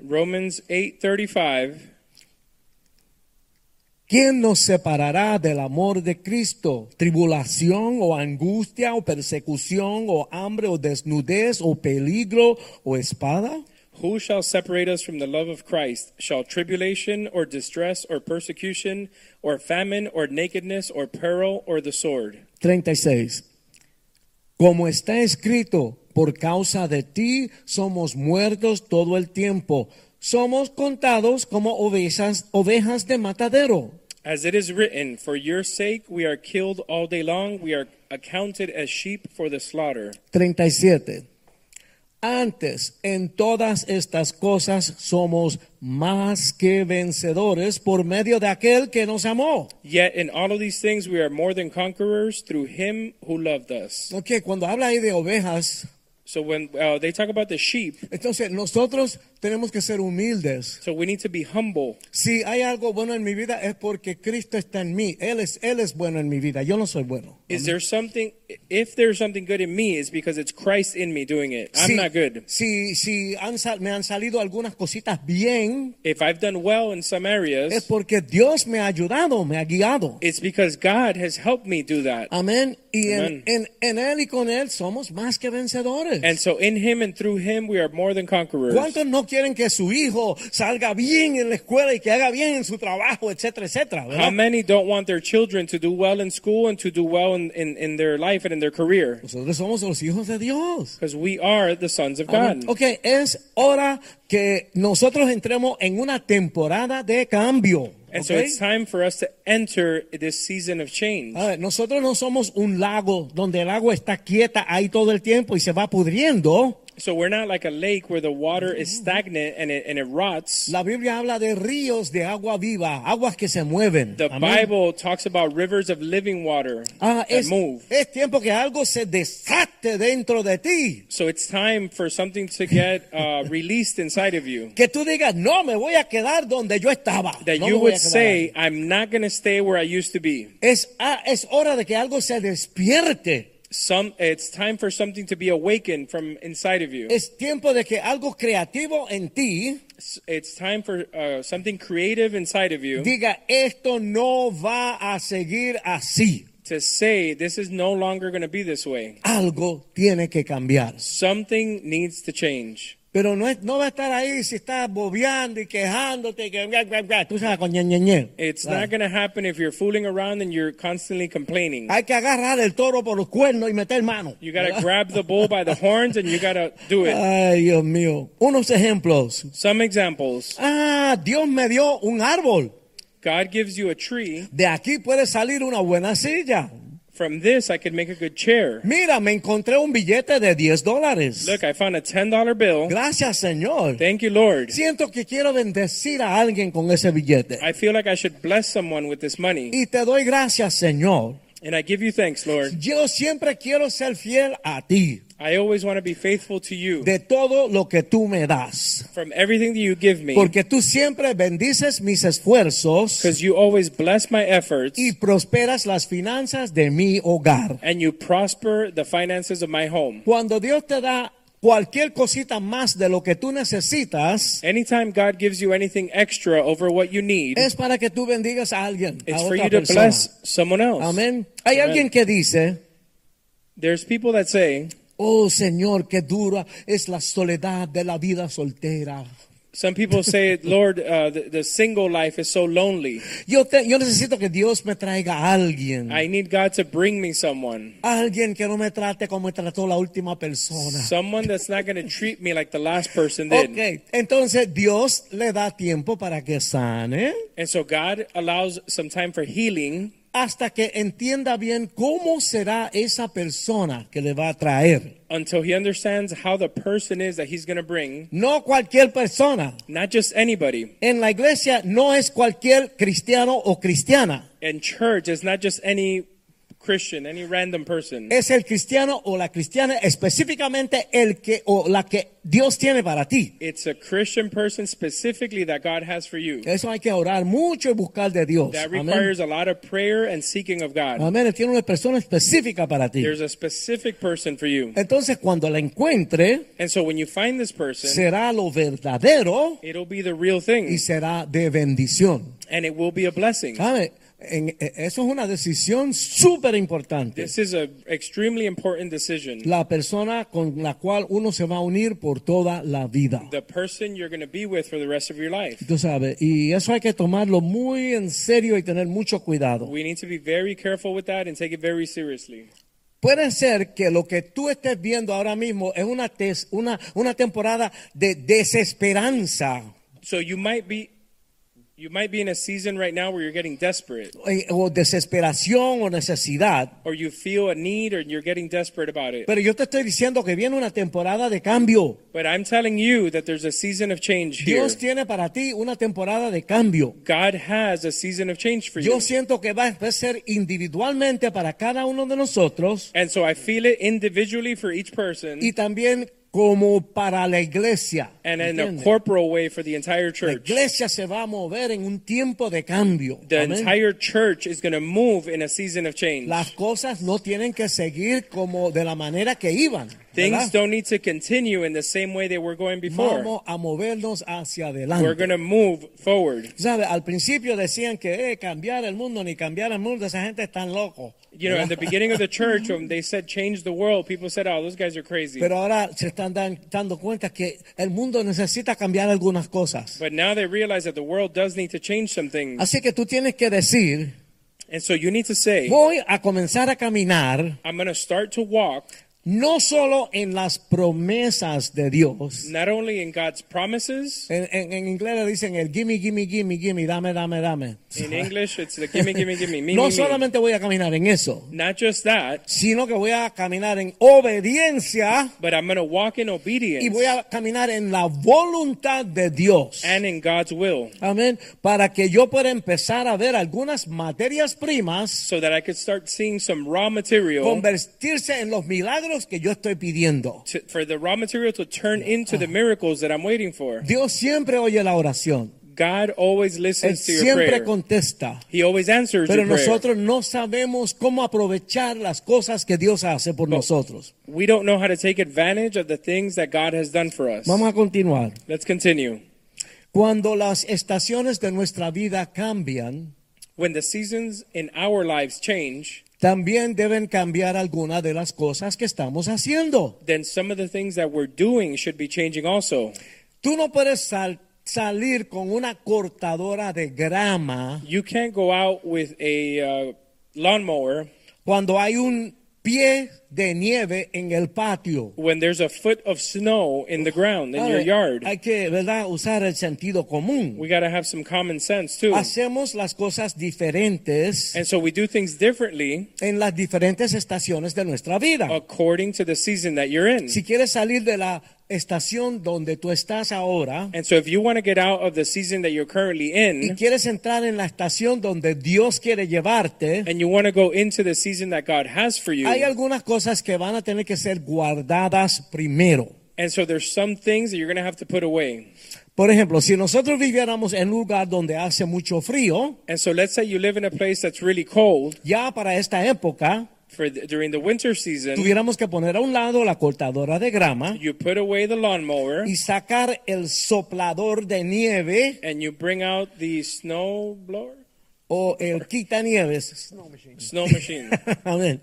Speaker 3: Romans 8:35.
Speaker 2: ¿Quién nos separará del amor de Cristo? ¿Tribulación o angustia o persecución o hambre o desnudez o peligro o espada?
Speaker 3: Who shall separate us from the love of Christ? Shall tribulation or distress or persecution or famine or nakedness or peril or the sword?
Speaker 2: 36. Como está escrito, por causa de ti somos muertos todo el tiempo. Somos contados como ovejas, ovejas de matadero.
Speaker 3: As it is written, For your sake we are killed all day long, we are accounted as sheep for the slaughter.
Speaker 2: 37. Antes, en todas estas cosas somos más que vencedores por medio de aquel que nos amó.
Speaker 3: Yet in all of these things we are more than conquerors through him who loved us.
Speaker 2: Ok, cuando habla ahí de ovejas,
Speaker 3: So when uh, they talk about the sheep,
Speaker 2: entonces nosotros tenemos que ser humildes.
Speaker 3: so we need to be humble.
Speaker 2: Si hay algo bueno en mi vida es porque Cristo está en mí. Él es, él es bueno en mi vida. Yo no soy bueno.
Speaker 3: Is there something, if there's something good in me, it's because it's Christ in me doing it. I'm
Speaker 2: si,
Speaker 3: not good.
Speaker 2: Si, si han sal- me han salido algunas cositas bien,
Speaker 3: If I've done well in some
Speaker 2: es
Speaker 3: areas,
Speaker 2: porque Dios me ha ayudado, me ha guiado.
Speaker 3: it's because God has helped me do that.
Speaker 2: Amén. Y en,
Speaker 3: Amén.
Speaker 2: en- en Él y con Él somos más que vencedores. vencedores.
Speaker 3: And so in him and through him we are more than conquerors.
Speaker 2: ¿Cuántos no quieren que su hijo salga bien en la escuela y que haga bien en su trabajo, etcétera, etcétera?
Speaker 3: How
Speaker 2: ¿verdad?
Speaker 3: many don't want their children to do well in school and to do well in, in, in their life and in their career?
Speaker 2: Nosotros somos los hijos de Dios.
Speaker 3: Because we are the sons of God.
Speaker 2: Ok, es hora que nosotros entremos en una temporada de cambio.
Speaker 3: And so
Speaker 2: ¿ok?
Speaker 3: it's time for us to enter this season of change.
Speaker 2: A ver, nosotros no somos un lago donde el agua está quieta ahí todo el tiempo y se va pudriendo.
Speaker 3: So we're not like a lake where the water is stagnant and it, and it rots.
Speaker 2: Mm-hmm. La Biblia habla de ríos de agua viva, aguas que se mueven.
Speaker 3: The
Speaker 2: Amén.
Speaker 3: Bible talks about rivers of living water
Speaker 2: Ah,
Speaker 3: that
Speaker 2: es,
Speaker 3: move.
Speaker 2: es tiempo que algo se desate dentro de ti.
Speaker 3: So it's time for something to get uh, released inside of you.
Speaker 2: Que tú digas, no me voy a quedar donde yo estaba.
Speaker 3: That
Speaker 2: No me voy
Speaker 3: you
Speaker 2: a
Speaker 3: would
Speaker 2: quedar
Speaker 3: say,
Speaker 2: ahí.
Speaker 3: I'm not going to stay where I used to be.
Speaker 2: es, ah, es hora de que algo se despierte.
Speaker 3: Some, it's time for something to be awakened from inside of you.
Speaker 2: Es tiempo de que algo creativo en ti
Speaker 3: It's, it's time for uh, something creative inside of you
Speaker 2: diga, esto no va a seguir así.
Speaker 3: to say, this is no longer going to be this way.
Speaker 2: Algo tiene que cambiar.
Speaker 3: Something needs to change.
Speaker 2: Pero no, es- no va a estar ahí si estás bobeando y quejándote. Que, bla, bla, bla. Tú sabes, con ñe, ñe, ñe.
Speaker 3: It's
Speaker 2: Ah.
Speaker 3: not going to happen if you're fooling around and you're constantly complaining.
Speaker 2: Hay que agarrar el toro por los cuernos y meter mano.
Speaker 3: You got to
Speaker 2: ¿verdad?
Speaker 3: grab the bull by the horns and you got to do it.
Speaker 2: Ay, Dios mío. Unos ejemplos.
Speaker 3: Some examples
Speaker 2: Ah, Dios me dio un árbol.
Speaker 3: God gives you a tree.
Speaker 2: De aquí puede salir una buena silla.
Speaker 3: From this, I could make a good chair.
Speaker 2: Mira, me encontré un billete de 10 dólares.
Speaker 3: Look, I found a $10 bill.
Speaker 2: Gracias, Señor.
Speaker 3: Thank you, Lord.
Speaker 2: Siento que quiero bendecir a alguien con ese billete.
Speaker 3: I feel like I should bless someone with this money.
Speaker 2: Y te doy gracias, Señor.
Speaker 3: And I give you thanks, Lord.
Speaker 2: Yo siempre quiero ser fiel a ti.
Speaker 3: I always want to be faithful to you
Speaker 2: de todo lo que tú me das.
Speaker 3: from everything that you give me
Speaker 2: Porque tú siempre bendices mis esfuerzos
Speaker 3: because you always bless my efforts
Speaker 2: y prosperas las finanzas de mi hogar.
Speaker 3: and you prosper the finances of my home.
Speaker 2: Cuando Dios te da cualquier cosita más de lo que tú necesitas,
Speaker 3: Anytime God gives you anything extra over what you need,
Speaker 2: es para que tú bendigas a alguien, a
Speaker 3: it's for
Speaker 2: otra
Speaker 3: you to
Speaker 2: persona.
Speaker 3: bless someone else.
Speaker 2: Amén. Hay
Speaker 3: Amén.
Speaker 2: alguien que dice,
Speaker 3: There's people that say,
Speaker 2: oh Señor, qué dura es la soledad de la vida soltera.
Speaker 3: some people say, Lord, uh, the, the single life is so lonely.
Speaker 2: Yo, te- yo necesito que Dios me traiga a alguien.
Speaker 3: I need God to bring me someone.
Speaker 2: Alguien que no me trate como me trató la última persona.
Speaker 3: Someone that's not going to treat me like the last person did.
Speaker 2: Ok, entonces Dios le da tiempo para que sane
Speaker 3: And so God allows some time for healing
Speaker 2: hasta que entienda bien cómo será esa persona que le va a traer.
Speaker 3: until he understands how the person is that he's going to bring,
Speaker 2: No cualquier persona.
Speaker 3: not just anybody.
Speaker 2: En la iglesia no es cualquier cristiano o cristiana.
Speaker 3: And church is not just any Christian, any random person.
Speaker 2: Es el cristiano o la cristiana específicamente el que o la que Dios tiene para ti.
Speaker 3: It's a Christian person specifically that God has for you.
Speaker 2: Eso hay que orar mucho y buscar de Dios.
Speaker 3: That
Speaker 2: Amén.
Speaker 3: requires a lot of prayer and seeking of God.
Speaker 2: Amén. Él tiene una persona específica para ti.
Speaker 3: There's a specific person for you.
Speaker 2: Entonces cuando la encuentre
Speaker 3: And so when you find this person,
Speaker 2: será lo verdadero
Speaker 3: it'll be the real
Speaker 2: y
Speaker 3: thing
Speaker 2: será de bendición.
Speaker 3: and it will be a blessing.
Speaker 2: ¿Sabe? En- eh, eso es una decisión súper importante.
Speaker 3: This is an extremely important decision.
Speaker 2: La persona con la cual uno se va a unir por toda la vida.
Speaker 3: The person you're going to be with for the rest of your life.
Speaker 2: Tú sabes, y eso hay que tomarlo muy en serio y tener mucho cuidado.
Speaker 3: We need to be very careful with that and take it very seriously.
Speaker 2: Puede ser que lo que tú estés viendo ahora mismo es una, tes- una, una temporada de desesperanza
Speaker 3: So you might be you might be in a season right now where you're getting desperate
Speaker 2: eh, o desesperación o necesidad.
Speaker 3: or you feel a need or you're getting desperate about it.
Speaker 2: Pero yo te estoy diciendo que viene una temporada de cambio.
Speaker 3: But I'm telling you that there's a season of change here.
Speaker 2: Dios tiene para ti una temporada de cambio.
Speaker 3: God has a season of change for
Speaker 2: Yo
Speaker 3: you.
Speaker 2: siento que va a ser individualmente para cada uno de nosotros
Speaker 3: And so I feel it individually for each person
Speaker 2: y también como para la iglesia.
Speaker 3: and in a
Speaker 2: ¿entiendes?
Speaker 3: corporal way for the entire
Speaker 2: La
Speaker 3: church.
Speaker 2: iglesia se va a mover en un tiempo de cambio.
Speaker 3: The
Speaker 2: Amén.
Speaker 3: entire church is going to move in a season of change.
Speaker 2: Las cosas no tienen que seguir como de la manera que iban.
Speaker 3: Things
Speaker 2: ¿verdad?
Speaker 3: don't need to continue in the same way they were going before.
Speaker 2: Vamos a movernos hacia
Speaker 3: We're
Speaker 2: adelante.
Speaker 3: going to move forward.
Speaker 2: ¿Sabe? Al principio decían que eh, cambiar el mundo ni cambiar el mundo, esa gente está loco.
Speaker 3: You know, at the beginning of the church, when they said change the world, people said, oh, those guys are crazy.
Speaker 2: Pero ahora se están dan- dando cuenta que el mundo necesita cambiar algunas cosas.
Speaker 3: but now they realize that the world does need to change some things.
Speaker 2: Así que tú tienes que decir,
Speaker 3: And so you need to say,
Speaker 2: voy a comenzar a caminar
Speaker 3: I'm going to start to walk
Speaker 2: no solo en las promesas de Dios.
Speaker 3: not only in God's promises.
Speaker 2: En, en- en inglés le dicen el gimme, gimme, gimme, gimme, dame, dame, dame.
Speaker 3: In English, it's the gimme, gimme, gimme, me,
Speaker 2: no
Speaker 3: me, me.
Speaker 2: solamente voy a caminar en eso,
Speaker 3: Not just that,
Speaker 2: sino que voy a caminar en obediencia
Speaker 3: but I'm going to walk in
Speaker 2: y
Speaker 3: obedience
Speaker 2: voy a caminar en la voluntad de Dios.
Speaker 3: and in God's will
Speaker 2: Amén. Para que yo pueda empezar a ver algunas materias primas
Speaker 3: so that I could start seeing some raw material
Speaker 2: convertirse en los milagros que yo estoy pidiendo.
Speaker 3: to, for the raw material to turn into the miracles that I'm waiting for.
Speaker 2: Dios siempre oye la oración.
Speaker 3: God always
Speaker 2: Él
Speaker 3: listens to your
Speaker 2: siempre
Speaker 3: prayer.
Speaker 2: contesta.
Speaker 3: He always answers
Speaker 2: Pero
Speaker 3: your prayer.
Speaker 2: nosotros no sabemos cómo aprovechar las cosas que Dios hace por nosotros.
Speaker 3: we don't know how to take advantage of the things that God has done for us.
Speaker 2: Vamos a continuar.
Speaker 3: Let's continue.
Speaker 2: Cuando las estaciones de nuestra vida cambian,
Speaker 3: When the seasons in our lives change,
Speaker 2: también deben cambiar algunas de las cosas que estamos haciendo.
Speaker 3: then some of the things that we're doing should be changing also.
Speaker 2: Tú no puedes sal- salir con una cortadora de grama
Speaker 3: You can't go out with a uh, lawnmower
Speaker 2: cuando hay un pie de nieve en el patio.
Speaker 3: when there's a foot of snow in the ground in your
Speaker 2: Ahora,
Speaker 3: yard.
Speaker 2: Hay que, ¿verdad?, usar el sentido común.
Speaker 3: we got to have some common sense too.
Speaker 2: Hacemos las cosas diferentes
Speaker 3: And so we do things differently
Speaker 2: en las diferentes estaciones de nuestra vida.
Speaker 3: according to the season that you're in.
Speaker 2: Si quieres salir de la estación donde tú estás ahora
Speaker 3: And so if you want to get out of the season that you're currently
Speaker 2: y
Speaker 3: in
Speaker 2: quieres entrar en la estación donde Dios quiere llevarte,
Speaker 3: and you want to go into the season that God has for you,
Speaker 2: hay algunas cosas que van a tener que ser guardadas primero.
Speaker 3: and so there's some things that you're going to have to put away.
Speaker 2: Por ejemplo, si nosotros viviéramos en un lugar donde hace mucho frío,
Speaker 3: And so let's say you live in a place that's really cold
Speaker 2: ya para esta época
Speaker 3: for the, during the winter season,
Speaker 2: tuviéramos que poner a un lado la cortadora de grama
Speaker 3: you put away the lawnmower
Speaker 2: y sacar el soplador de nieve
Speaker 3: and you bring out the snow blower,
Speaker 2: o el quitanieves.
Speaker 3: snow machine.
Speaker 2: Amén.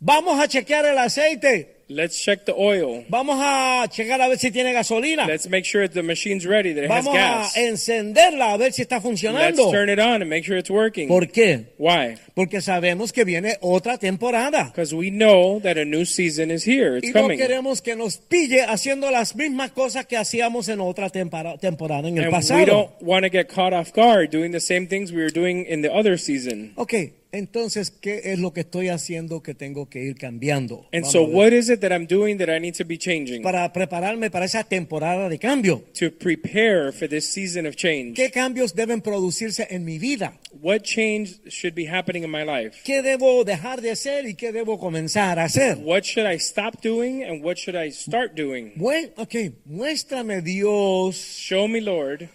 Speaker 2: Vamos a chequear el aceite.
Speaker 3: let's check the oil.
Speaker 2: Vamos a checar a ver si tiene gasolina.
Speaker 3: Let's make sure the machine's ready, that it has
Speaker 2: Vamos a
Speaker 3: gas.
Speaker 2: encenderla a ver si está
Speaker 3: Let's
Speaker 2: funcionando.
Speaker 3: turn it on and make sure it's working.
Speaker 2: ¿Por qué?
Speaker 3: Why?
Speaker 2: Porque sabemos que viene otra temporada.
Speaker 3: Because we know that a new season is here. It's
Speaker 2: Y no
Speaker 3: coming.
Speaker 2: queremos que nos pille haciendo las mismas cosas que hacíamos en otra tempora- temporada en el
Speaker 3: And we
Speaker 2: pasado.
Speaker 3: don't want to get caught off guard doing the same things we were doing in the other season.
Speaker 2: Ok, entonces, ¿qué es lo que estoy haciendo que tengo que ir cambiando?
Speaker 3: And
Speaker 2: Vamos
Speaker 3: so,
Speaker 2: a ver.
Speaker 3: what is it that I'm doing that I need to be changing
Speaker 2: Para prepararme para esa temporada de cambio.
Speaker 3: to prepare for this season of change?
Speaker 2: ¿Qué cambios deben producirse en mi vida?
Speaker 3: What change should be happening in my life?
Speaker 2: ¿Qué debo dejar de hacer y qué debo comenzar a hacer?
Speaker 3: What should I stop doing and what should I start doing?
Speaker 2: Bueno, ok, muéstrame Dios
Speaker 3: Show me, Lord,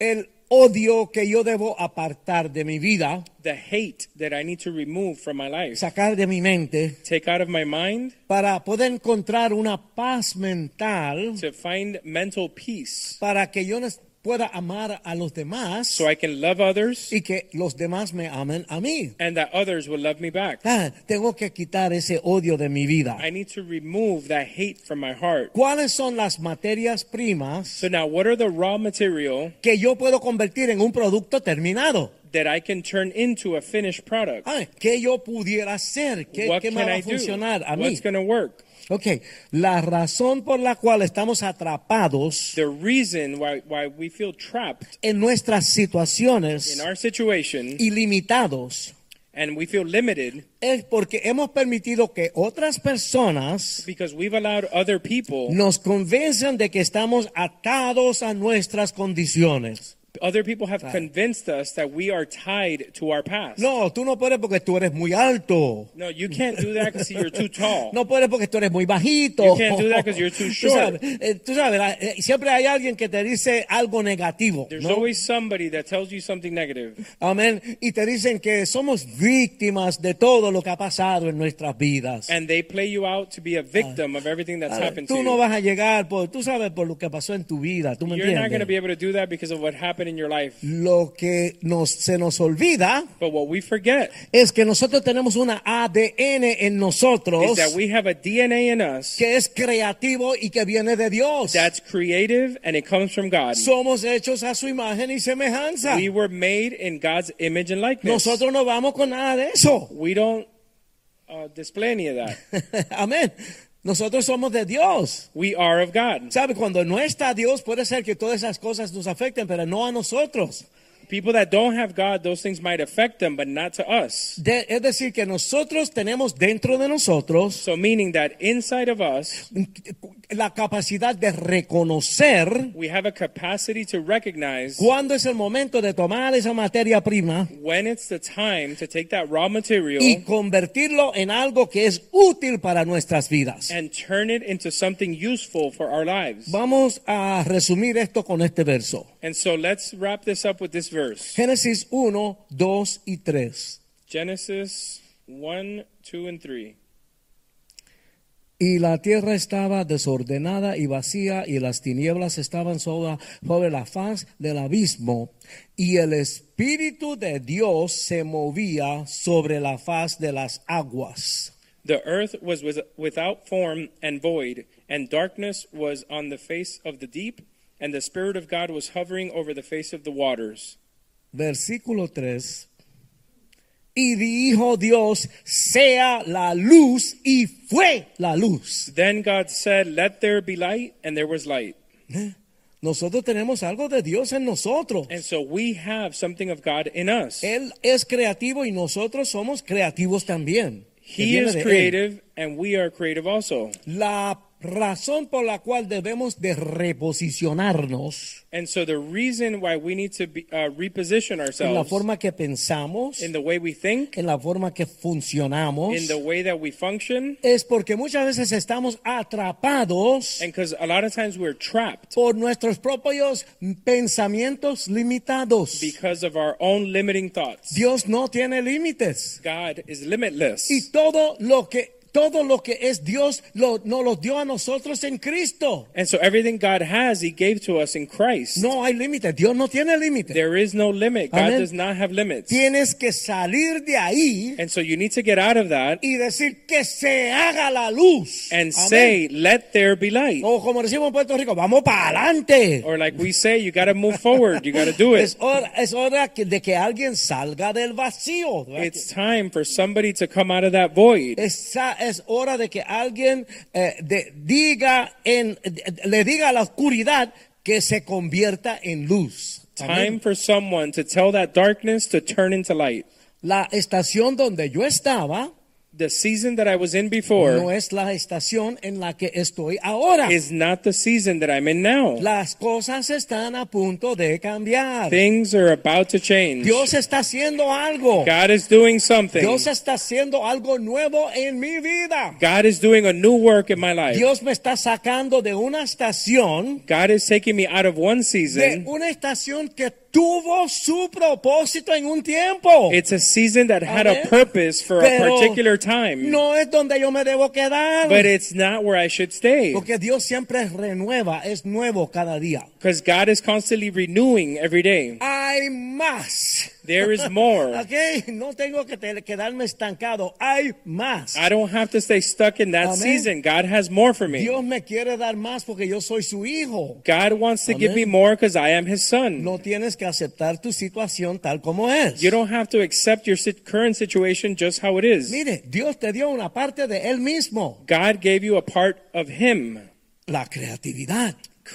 Speaker 2: el odio que yo debo apartar de mi vida,
Speaker 3: the hate that I need to remove from my life,
Speaker 2: sacar de mi mente,
Speaker 3: take out of my mind
Speaker 2: para poder encontrar una paz mental,
Speaker 3: to find mental peace
Speaker 2: para que yo nos- pueda amar a los demás
Speaker 3: so I can love others
Speaker 2: y que los demás me amen a mí.
Speaker 3: and that others will love me back.
Speaker 2: Ah, tengo que quitar ese odio de mi vida.
Speaker 3: I need to remove that hate from my heart.
Speaker 2: ¿Cuáles son las materias primas
Speaker 3: So now, what are the raw material
Speaker 2: que yo puedo convertir en un producto terminado?
Speaker 3: that I can turn into a finished product?
Speaker 2: Ah, ¿Qué yo pudiera hacer? ¿Qué,
Speaker 3: what
Speaker 2: qué
Speaker 3: can
Speaker 2: me va
Speaker 3: I
Speaker 2: a funcionar
Speaker 3: do?
Speaker 2: a mí?
Speaker 3: What's going to work?
Speaker 2: Ok, la razón por la cual estamos atrapados
Speaker 3: The reason why why we feel trapped
Speaker 2: en nuestras
Speaker 3: in
Speaker 2: situaciones
Speaker 3: our situation
Speaker 2: y limitados
Speaker 3: and we feel limited
Speaker 2: es porque hemos permitido que otras personas
Speaker 3: because we've allowed other people,
Speaker 2: nos convenzan de que estamos atados a nuestras condiciones.
Speaker 3: other people have convinced us that we are tied to our past.
Speaker 2: No, tú no puedes porque tú eres muy alto.
Speaker 3: No, you can't do that because you're too tall.
Speaker 2: No puedes porque tú eres muy bajito.
Speaker 3: You can't do that 'cause you're too
Speaker 2: Tú sabes,
Speaker 3: short.
Speaker 2: eh, tú sabes, la- eh, siempre hay alguien que te dice algo negativo.
Speaker 3: There's
Speaker 2: ¿no?
Speaker 3: always somebody that tells you something negative,
Speaker 2: Amén. Y te dicen que somos víctimas de todo lo que ha pasado en nuestras vidas.
Speaker 3: and they play you out to be a victim of everything that's
Speaker 2: Ah,
Speaker 3: happened to
Speaker 2: Tú no
Speaker 3: you.
Speaker 2: vas a llegar, por, tú sabes por lo que pasó en tu vida, tú me
Speaker 3: You're not going to
Speaker 2: entiendes.
Speaker 3: be able to do that because of what happened happen in your life.
Speaker 2: Lo que nos, se nos olvida
Speaker 3: But what we forget
Speaker 2: es que nosotros tenemos una ADN en nosotros
Speaker 3: is that we have a DNA in us
Speaker 2: que es creativo y que viene de Dios.
Speaker 3: that's creative and it comes from God.
Speaker 2: Somos hechos a su imagen y semejanza.
Speaker 3: We were made in God's image and likeness.
Speaker 2: Nosotros no vamos con nada de eso.
Speaker 3: We don't uh, display any of that.
Speaker 2: Amén. Nosotros somos de Dios.
Speaker 3: We are of God.
Speaker 2: ¿Sabe? Cuando no está Dios, puede ser que todas esas cosas nos afecten, pero no a nosotros.
Speaker 3: People that don't have God, those things might affect them, but not to us.
Speaker 2: De- es decir, que nosotros tenemos dentro de nosotros
Speaker 3: So, meaning that inside of us,
Speaker 2: la capacidad de reconocer
Speaker 3: we have a capacity to recognize
Speaker 2: cuándo es el momento de tomar esa materia prima
Speaker 3: when it's the time to take that raw
Speaker 2: y
Speaker 3: material
Speaker 2: convertirlo en algo que es útil para nuestras vidas.
Speaker 3: and turn it into something useful for our lives.
Speaker 2: Vamos a resumir esto con este verso.
Speaker 3: And so, let's wrap this up with this verse
Speaker 2: Génesis 1, 2 y 3.
Speaker 3: Genesis 1, 2, and 3.
Speaker 2: Y la tierra estaba desordenada y vacía, y las tinieblas estaban sobre, sobre la faz del abismo, y el Espíritu de Dios se movía sobre la faz de las aguas.
Speaker 3: The earth was with, without form and void, and darkness was on the face of the deep, and the Spirit of God was hovering over the face of the waters.
Speaker 2: Versículo 3. Y dijo Dios, sea la luz, y fue la luz.
Speaker 3: Then God said, Let there be light, and there was light.
Speaker 2: Nosotros tenemos algo de Dios en nosotros.
Speaker 3: And so we have something of God in us.
Speaker 2: Él es creativo y nosotros somos creativos también. Que
Speaker 3: He
Speaker 2: viene
Speaker 3: is
Speaker 2: de Él.
Speaker 3: creative, and we are creative also.
Speaker 2: La razón por la cual debemos de reposicionarnos
Speaker 3: And so the reason why we need to be, uh, reposition
Speaker 2: en la
Speaker 3: ourselves
Speaker 2: forma que pensamos,
Speaker 3: in the way we think,
Speaker 2: en la forma que funcionamos,
Speaker 3: in the way that we function,
Speaker 2: es porque muchas veces estamos atrapados
Speaker 3: and because a lot of times we're trapped
Speaker 2: por nuestros propios pensamientos limitados.
Speaker 3: because of our own limiting thoughts.
Speaker 2: Dios no tiene límites
Speaker 3: God is limitless.
Speaker 2: y todo lo que todo lo que es Dios lo, nos lo dio a nosotros en Cristo.
Speaker 3: And so everything God has, He gave to us in Christ.
Speaker 2: No hay límite. Dios no tiene límite.
Speaker 3: There is no limit. God
Speaker 2: Amen.
Speaker 3: does not have limits.
Speaker 2: Tienes que salir de ahí
Speaker 3: And so you need to get out of that
Speaker 2: y decir que se haga la luz.
Speaker 3: and
Speaker 2: Amén.
Speaker 3: say, let there be light.
Speaker 2: o como decimos en Puerto Rico, vamos para adelante.
Speaker 3: Or like we say, you got to move forward. You got to do it.
Speaker 2: Es hora, es hora que- de que alguien salga del vacío. ¿verdad?
Speaker 3: It's time for somebody to come out of that void.
Speaker 2: Esa- es hora de que alguien eh, de- diga en, de- le diga a la oscuridad que se convierta en luz.
Speaker 3: Time
Speaker 2: Amén.
Speaker 3: for someone to tell that darkness to turn into light.
Speaker 2: La estación donde yo estaba
Speaker 3: The season that I was
Speaker 2: Oh,
Speaker 3: in
Speaker 2: no
Speaker 3: before
Speaker 2: es la estación en la que estoy ahora.
Speaker 3: is not the season that I'm in now.
Speaker 2: Las cosas están a punto de cambiar.
Speaker 3: Things are about to change.
Speaker 2: Dios está haciendo algo.
Speaker 3: God is doing something.
Speaker 2: Dios está haciendo algo nuevo en mi vida.
Speaker 3: God is doing a new work in my life.
Speaker 2: Dios me está sacando de una estación,
Speaker 3: God is taking me out of one
Speaker 2: de
Speaker 3: season.
Speaker 2: una estación que tuvo su propósito en un tiempo.
Speaker 3: It's a season that had a
Speaker 2: Amen.
Speaker 3: purpose for a
Speaker 2: Pero
Speaker 3: particular time,
Speaker 2: No es donde yo me debo quedar.
Speaker 3: but it's not where I should stay
Speaker 2: Porque Dios siempre renueva, es nuevo cada día.
Speaker 3: because God is constantly renewing every day.
Speaker 2: Hay más.
Speaker 3: There is more.
Speaker 2: Ok, no tengo que te- quedarme estancado. Hay más.
Speaker 3: I don't have to stay stuck in that
Speaker 2: Amen.
Speaker 3: season. God has more for me.
Speaker 2: Dios me quiere dar más porque yo soy su hijo.
Speaker 3: God wants to give me
Speaker 2: Amen.
Speaker 3: more because I am His son.
Speaker 2: No tienes que aceptar tu situación tal como es.
Speaker 3: You don't have to accept your sit- current situation just how it is.
Speaker 2: Mire, Dios te dio una parte de Él mismo,
Speaker 3: God gave you a part of Him,
Speaker 2: la creatividad.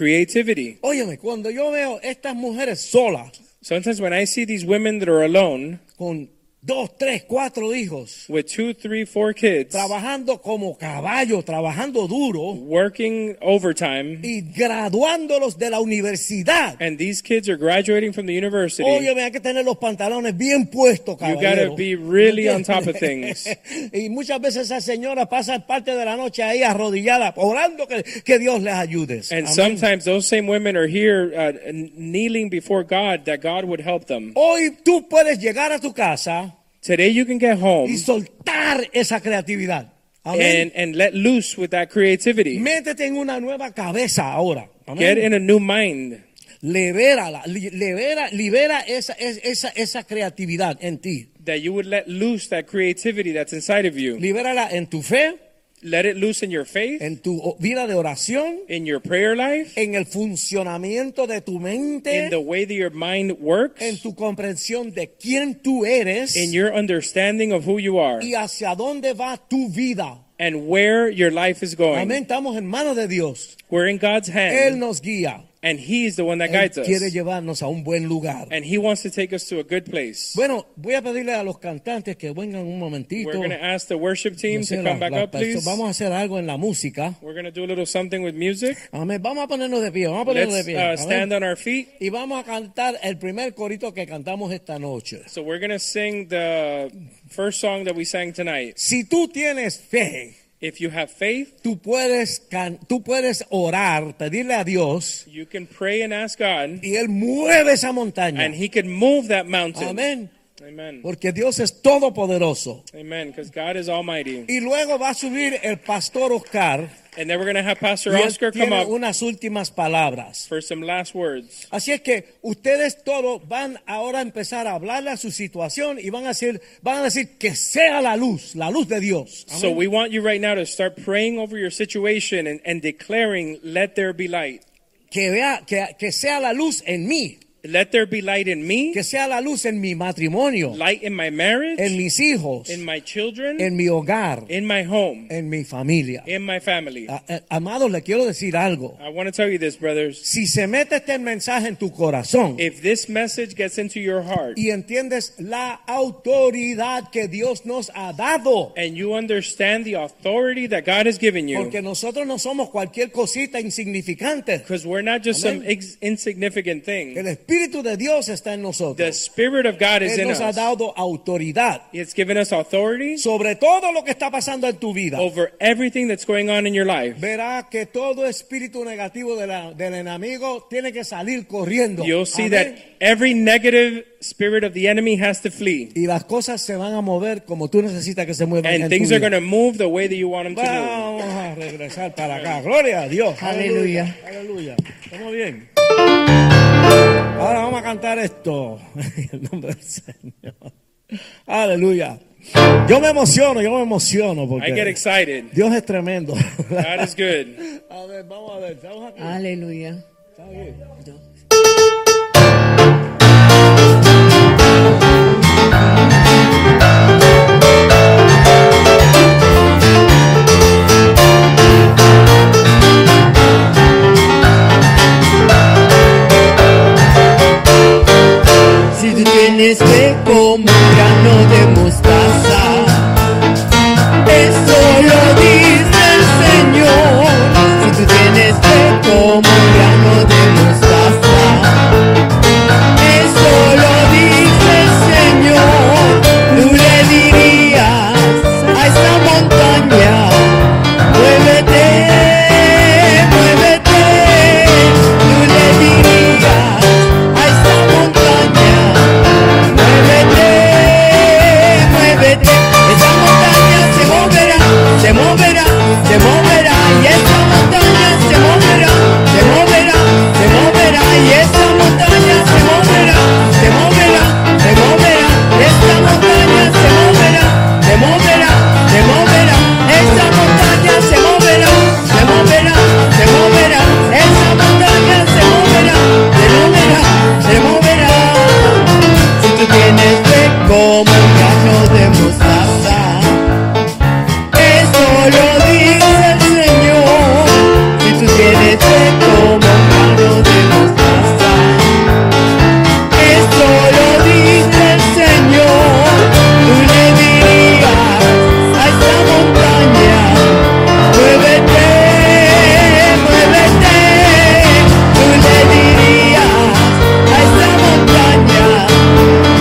Speaker 3: creativity.
Speaker 2: Óyeme, cuando yo veo estas mujeres solas,
Speaker 3: Sometimes when I see these women that are alone
Speaker 2: con dos, tres, cuatro hijos,
Speaker 3: with two, three, four kids,
Speaker 2: trabajando como caballo, trabajando duro
Speaker 3: working overtime,
Speaker 2: y graduándolos de la universidad,
Speaker 3: and these kids are graduating from the university.
Speaker 2: óyeme, hay que tener los pantalones bien puestos, caballero.
Speaker 3: gotta be really on top of things.
Speaker 2: y muchas veces esa señora pasa parte de la noche ahí arrodillada, orando que, que Dios les ayude. Amén.
Speaker 3: And sometimes those same women are here uh, n- kneeling before God that God would help them.
Speaker 2: Hoy tú puedes llegar a tu casa
Speaker 3: Today you can get home
Speaker 2: y soltar esa creatividad.
Speaker 3: and,
Speaker 2: Amén.
Speaker 3: and let loose with that creativity.
Speaker 2: Métete en una nueva cabeza ahora. Amén.
Speaker 3: Get in a new mind.
Speaker 2: libérala, li- libera, libera esa, es- esa, esa creatividad en ti.
Speaker 3: that you would let loose that creativity that's inside of you.
Speaker 2: Libérala en tu fe,
Speaker 3: Let it loose in your faith,
Speaker 2: en tu o- vida de oración,
Speaker 3: in your prayer life,
Speaker 2: en el funcionamiento de tu
Speaker 3: in the
Speaker 2: mente,
Speaker 3: way that your mind works,
Speaker 2: en tu comprensión de quién tú eres
Speaker 3: in your understanding of who you are,
Speaker 2: y hacia dónde va tu vida.
Speaker 3: and where your life is going.
Speaker 2: Amén, estamos en manos de Dios.
Speaker 3: We're in God's
Speaker 2: Él
Speaker 3: hand,
Speaker 2: nos guía.
Speaker 3: and He's the one that
Speaker 2: Él
Speaker 3: guides us.
Speaker 2: quiere llevarnos a un buen lugar.
Speaker 3: And He wants to take us to a good place.
Speaker 2: Bueno, voy a pedirle a los cantantes que vengan un momentito.
Speaker 3: We're going to ask the worship team
Speaker 2: No sé,
Speaker 3: to
Speaker 2: la-
Speaker 3: come back
Speaker 2: la-
Speaker 3: up, please.
Speaker 2: Vamos a hacer algo en la música.
Speaker 3: We're going to do a little something with music.
Speaker 2: Amén. Vamos a ponernos de pie. Vamos a ponernos
Speaker 3: Let's
Speaker 2: de pie.
Speaker 3: uh,
Speaker 2: Amén.
Speaker 3: stand on our feet.
Speaker 2: Y vamos a cantar el primer corito que cantamos esta noche.
Speaker 3: So we're going to sing the first song that we sang tonight.
Speaker 2: Si tú tienes fe,
Speaker 3: If you have faith,
Speaker 2: tú puedes, can- tú puedes orar, pedirle a Dios
Speaker 3: you can pray and ask God,
Speaker 2: y Él mueve esa montaña.
Speaker 3: and He can move that mountain.
Speaker 2: Amén.
Speaker 3: Amen.
Speaker 2: Porque Dios es todopoderoso.
Speaker 3: Amen. Because God is Almighty.
Speaker 2: Y luego va a subir el pastor Oscar.
Speaker 3: And then we're going to have Pastor
Speaker 2: Y él
Speaker 3: Oscar come
Speaker 2: tiene
Speaker 3: up
Speaker 2: unas últimas palabras.
Speaker 3: for some last words.
Speaker 2: Así es que ustedes todos van ahora a empezar a hablarle a su situación y van a decir, van a decir que sea la luz, la luz de Dios. Amén.
Speaker 3: So we want you right now to start praying over your situation and, and declaring, let there be light.
Speaker 2: Que vea, que, que sea la luz en mí,
Speaker 3: Let there be light in me,
Speaker 2: que sea la luz en mi matrimonio,
Speaker 3: light in my marriage,
Speaker 2: en mis hijos,
Speaker 3: in my children,
Speaker 2: en mi hogar,
Speaker 3: in my home,
Speaker 2: en mi familia.
Speaker 3: in Ah. my family.
Speaker 2: A- a- Amados, le quiero decir algo.
Speaker 3: I want to tell you this, brothers.
Speaker 2: Si se mete este mensaje en tu corazón
Speaker 3: If this message gets into your heart
Speaker 2: y entiendes la autoridad que Dios nos ha dado,
Speaker 3: and you understand the authority that God has given you,
Speaker 2: porque nosotros no somos cualquier cosita insignificante.
Speaker 3: because we're not just some
Speaker 2: Amen.
Speaker 3: ex- insignificant
Speaker 2: El
Speaker 3: thing,
Speaker 2: Espíritu de Dios está en
Speaker 3: the
Speaker 2: nosotros.
Speaker 3: Spirit of God is
Speaker 2: Él
Speaker 3: in
Speaker 2: nos ha
Speaker 3: us.
Speaker 2: dado autoridad
Speaker 3: It's given us authority
Speaker 2: sobre todo lo que está pasando en tu vida.
Speaker 3: over everything that's going on in your life.
Speaker 2: Verá que todo espíritu negativo de la- del enemigo tiene que salir corriendo.
Speaker 3: You'll see
Speaker 2: Amén.
Speaker 3: that every negative spirit of the enemy has to flee,
Speaker 2: Y las cosas se van a mover como tú necesitas que se muevan.
Speaker 3: and
Speaker 2: en tu
Speaker 3: things are
Speaker 2: vida.
Speaker 3: going to move the way that you want them to move.
Speaker 2: Vamos a regresar para acá. Gloria a Dios.
Speaker 4: Aleluya.
Speaker 2: Aleluya. Estamos bien. Ahora vamos a cantar esto. En el nombre del Señor. Aleluya. Yo me emociono, yo me emociono
Speaker 3: I get
Speaker 2: porque
Speaker 3: excited.
Speaker 2: Dios es tremendo.
Speaker 3: God is good.
Speaker 2: A ver, vamos a ver. Estamos aquí.
Speaker 4: Aleluya.
Speaker 2: Estamos bien.
Speaker 4: Si tú tienes fe como un grano de mostaza, eso lo dice el Señor. Si tú tienes fe como un grano de mostaza, eso lo dice el Señor. Tú le dirías a esa montaña, muévete, muévete. Tú le dirías a esa montaña. Muévete, muévete, esa montaña se moverá, se moverá, se moverá, y esa montaña se moverá, se moverá, se moverá, y esa montaña se moverá, se moverá, se moverá, esa montaña se moverá, se moverá, se moverá, esa montaña se moverá, se moverá, se moverá, esa montaña se moverá, se moverá, se moverá. Si tú tienes fe como un grano de mostaza, eso lo dice el Señor. Si tú tienes fe como un grano de mostaza, eso lo dice el Señor. Tú le dirías a esta montaña, muévete, muévete. Tú le dirías a esta montaña,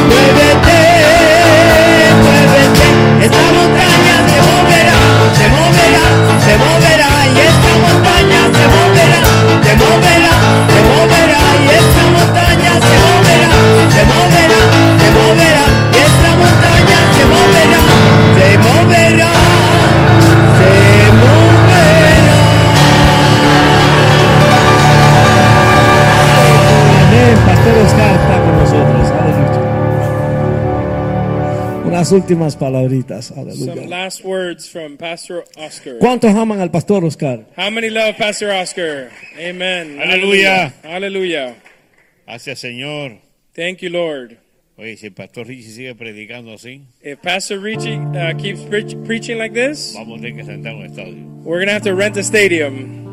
Speaker 4: Muévete,
Speaker 2: Unas últimas palabritas.
Speaker 3: Some
Speaker 2: Aleluya.
Speaker 3: last words from Pastor Oscar.
Speaker 2: ¿Cuántos aman al pastor Oscar?
Speaker 3: How many love Pastor Oscar? Amen.
Speaker 5: Hallelujah.
Speaker 3: Hallelujah.
Speaker 5: Gracias, Señor.
Speaker 3: Thank you, Lord.
Speaker 5: Oye, si el pastor Richie sigue predicando así,
Speaker 3: If Pastor Richie uh, keeps preach preaching like this,
Speaker 5: vamos a tener que sentar un estadio.
Speaker 3: we're going to have to rent a stadium.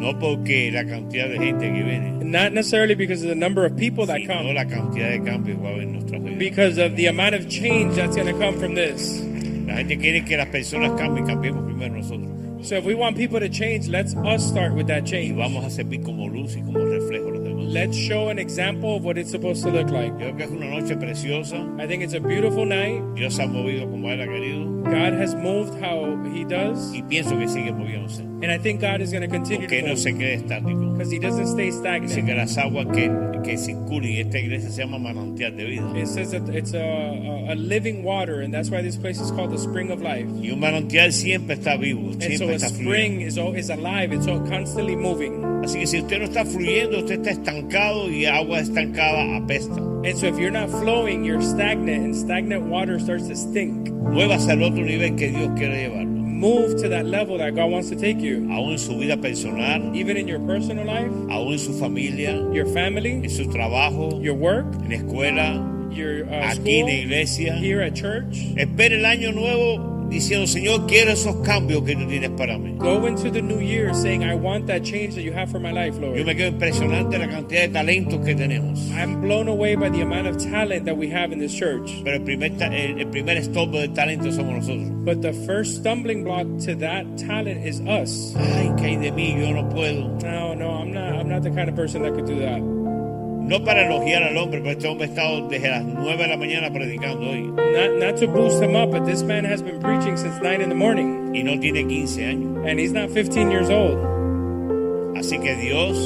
Speaker 5: No porque la cantidad de gente que viene,
Speaker 3: Not necessarily because of the number of people that
Speaker 5: sino
Speaker 3: come,
Speaker 5: la cantidad de cambios que va a haber en nuestra vida.
Speaker 3: because of the amount of change that's going to come from this.
Speaker 5: La gente quiere que las personas cambien, cambiemos primero nosotros.
Speaker 3: So if we want people to change, let's us start with that
Speaker 5: Y
Speaker 3: change.
Speaker 5: vamos a servir como luz y como reflejo a los demás.
Speaker 3: Let's show an example of what it's supposed to look like.
Speaker 5: Yo creo que es una noche preciosa.
Speaker 3: I think it's a beautiful night.
Speaker 5: Dios se ha movido como Él ha querido.
Speaker 3: God has moved how He does,
Speaker 5: Y pienso que sigue moviéndose.
Speaker 3: and I think God is going to continue
Speaker 5: Porque
Speaker 3: to
Speaker 5: no
Speaker 3: move
Speaker 5: se quede estático.
Speaker 3: because He doesn't stay
Speaker 5: Dice
Speaker 3: stagnant.
Speaker 5: que las aguas que, que circulan en esta iglesia se llama manantial de vida.
Speaker 3: It says that it's a, a, a living water, and that's why this place is called the Spring of Life.
Speaker 5: Y un manantial siempre está vivo,
Speaker 3: And so
Speaker 5: siempre
Speaker 3: a
Speaker 5: está fluyendo.
Speaker 3: spring is always alive, it's all constantly moving.
Speaker 5: Así que si usted no está fluyendo, usted está estancado y agua estancada apesta.
Speaker 3: And so if you're not flowing, you're stagnant, and stagnant water starts to stink.
Speaker 5: Muevas al otro nivel que Dios quiere llevarlo.
Speaker 3: Move to that level that God wants to take you,
Speaker 5: Aún en su vida personal,
Speaker 3: even in your personal life,
Speaker 5: aún en su familia,
Speaker 3: your
Speaker 5: en
Speaker 3: family,
Speaker 5: su trabajo,
Speaker 3: your work,
Speaker 5: en la escuela,
Speaker 3: your uh,
Speaker 5: aquí en la
Speaker 3: school,
Speaker 5: iglesia.
Speaker 3: here at church.
Speaker 5: Espera el año nuevo diciendo, Señor, quiero esos cambios que tú tienes para mí.
Speaker 3: Go into the new year saying, I want that change that you have for my life,
Speaker 5: Yo
Speaker 3: Lord.
Speaker 5: me quedo impresionante la cantidad de talentos que tenemos.
Speaker 3: I'm blown away by the amount of talent that we have in this church.
Speaker 5: Pero el primer, ta- el, el primer estorbo de talento somos nosotros.
Speaker 3: But the first stumbling block to that talent is us.
Speaker 5: Ay, que hay de mí, yo no puedo.
Speaker 3: No, no, I'm not I'm not the kind of person that could do that.
Speaker 5: No para elogiar al hombre, pero este hombre ha estado desde las 9 de la mañana predicando hoy
Speaker 3: Not not to boost him up, but this man has been preaching since nine in the morning,
Speaker 5: y no tiene 15 años.
Speaker 3: and he's not 15 years old.
Speaker 5: Así que Dios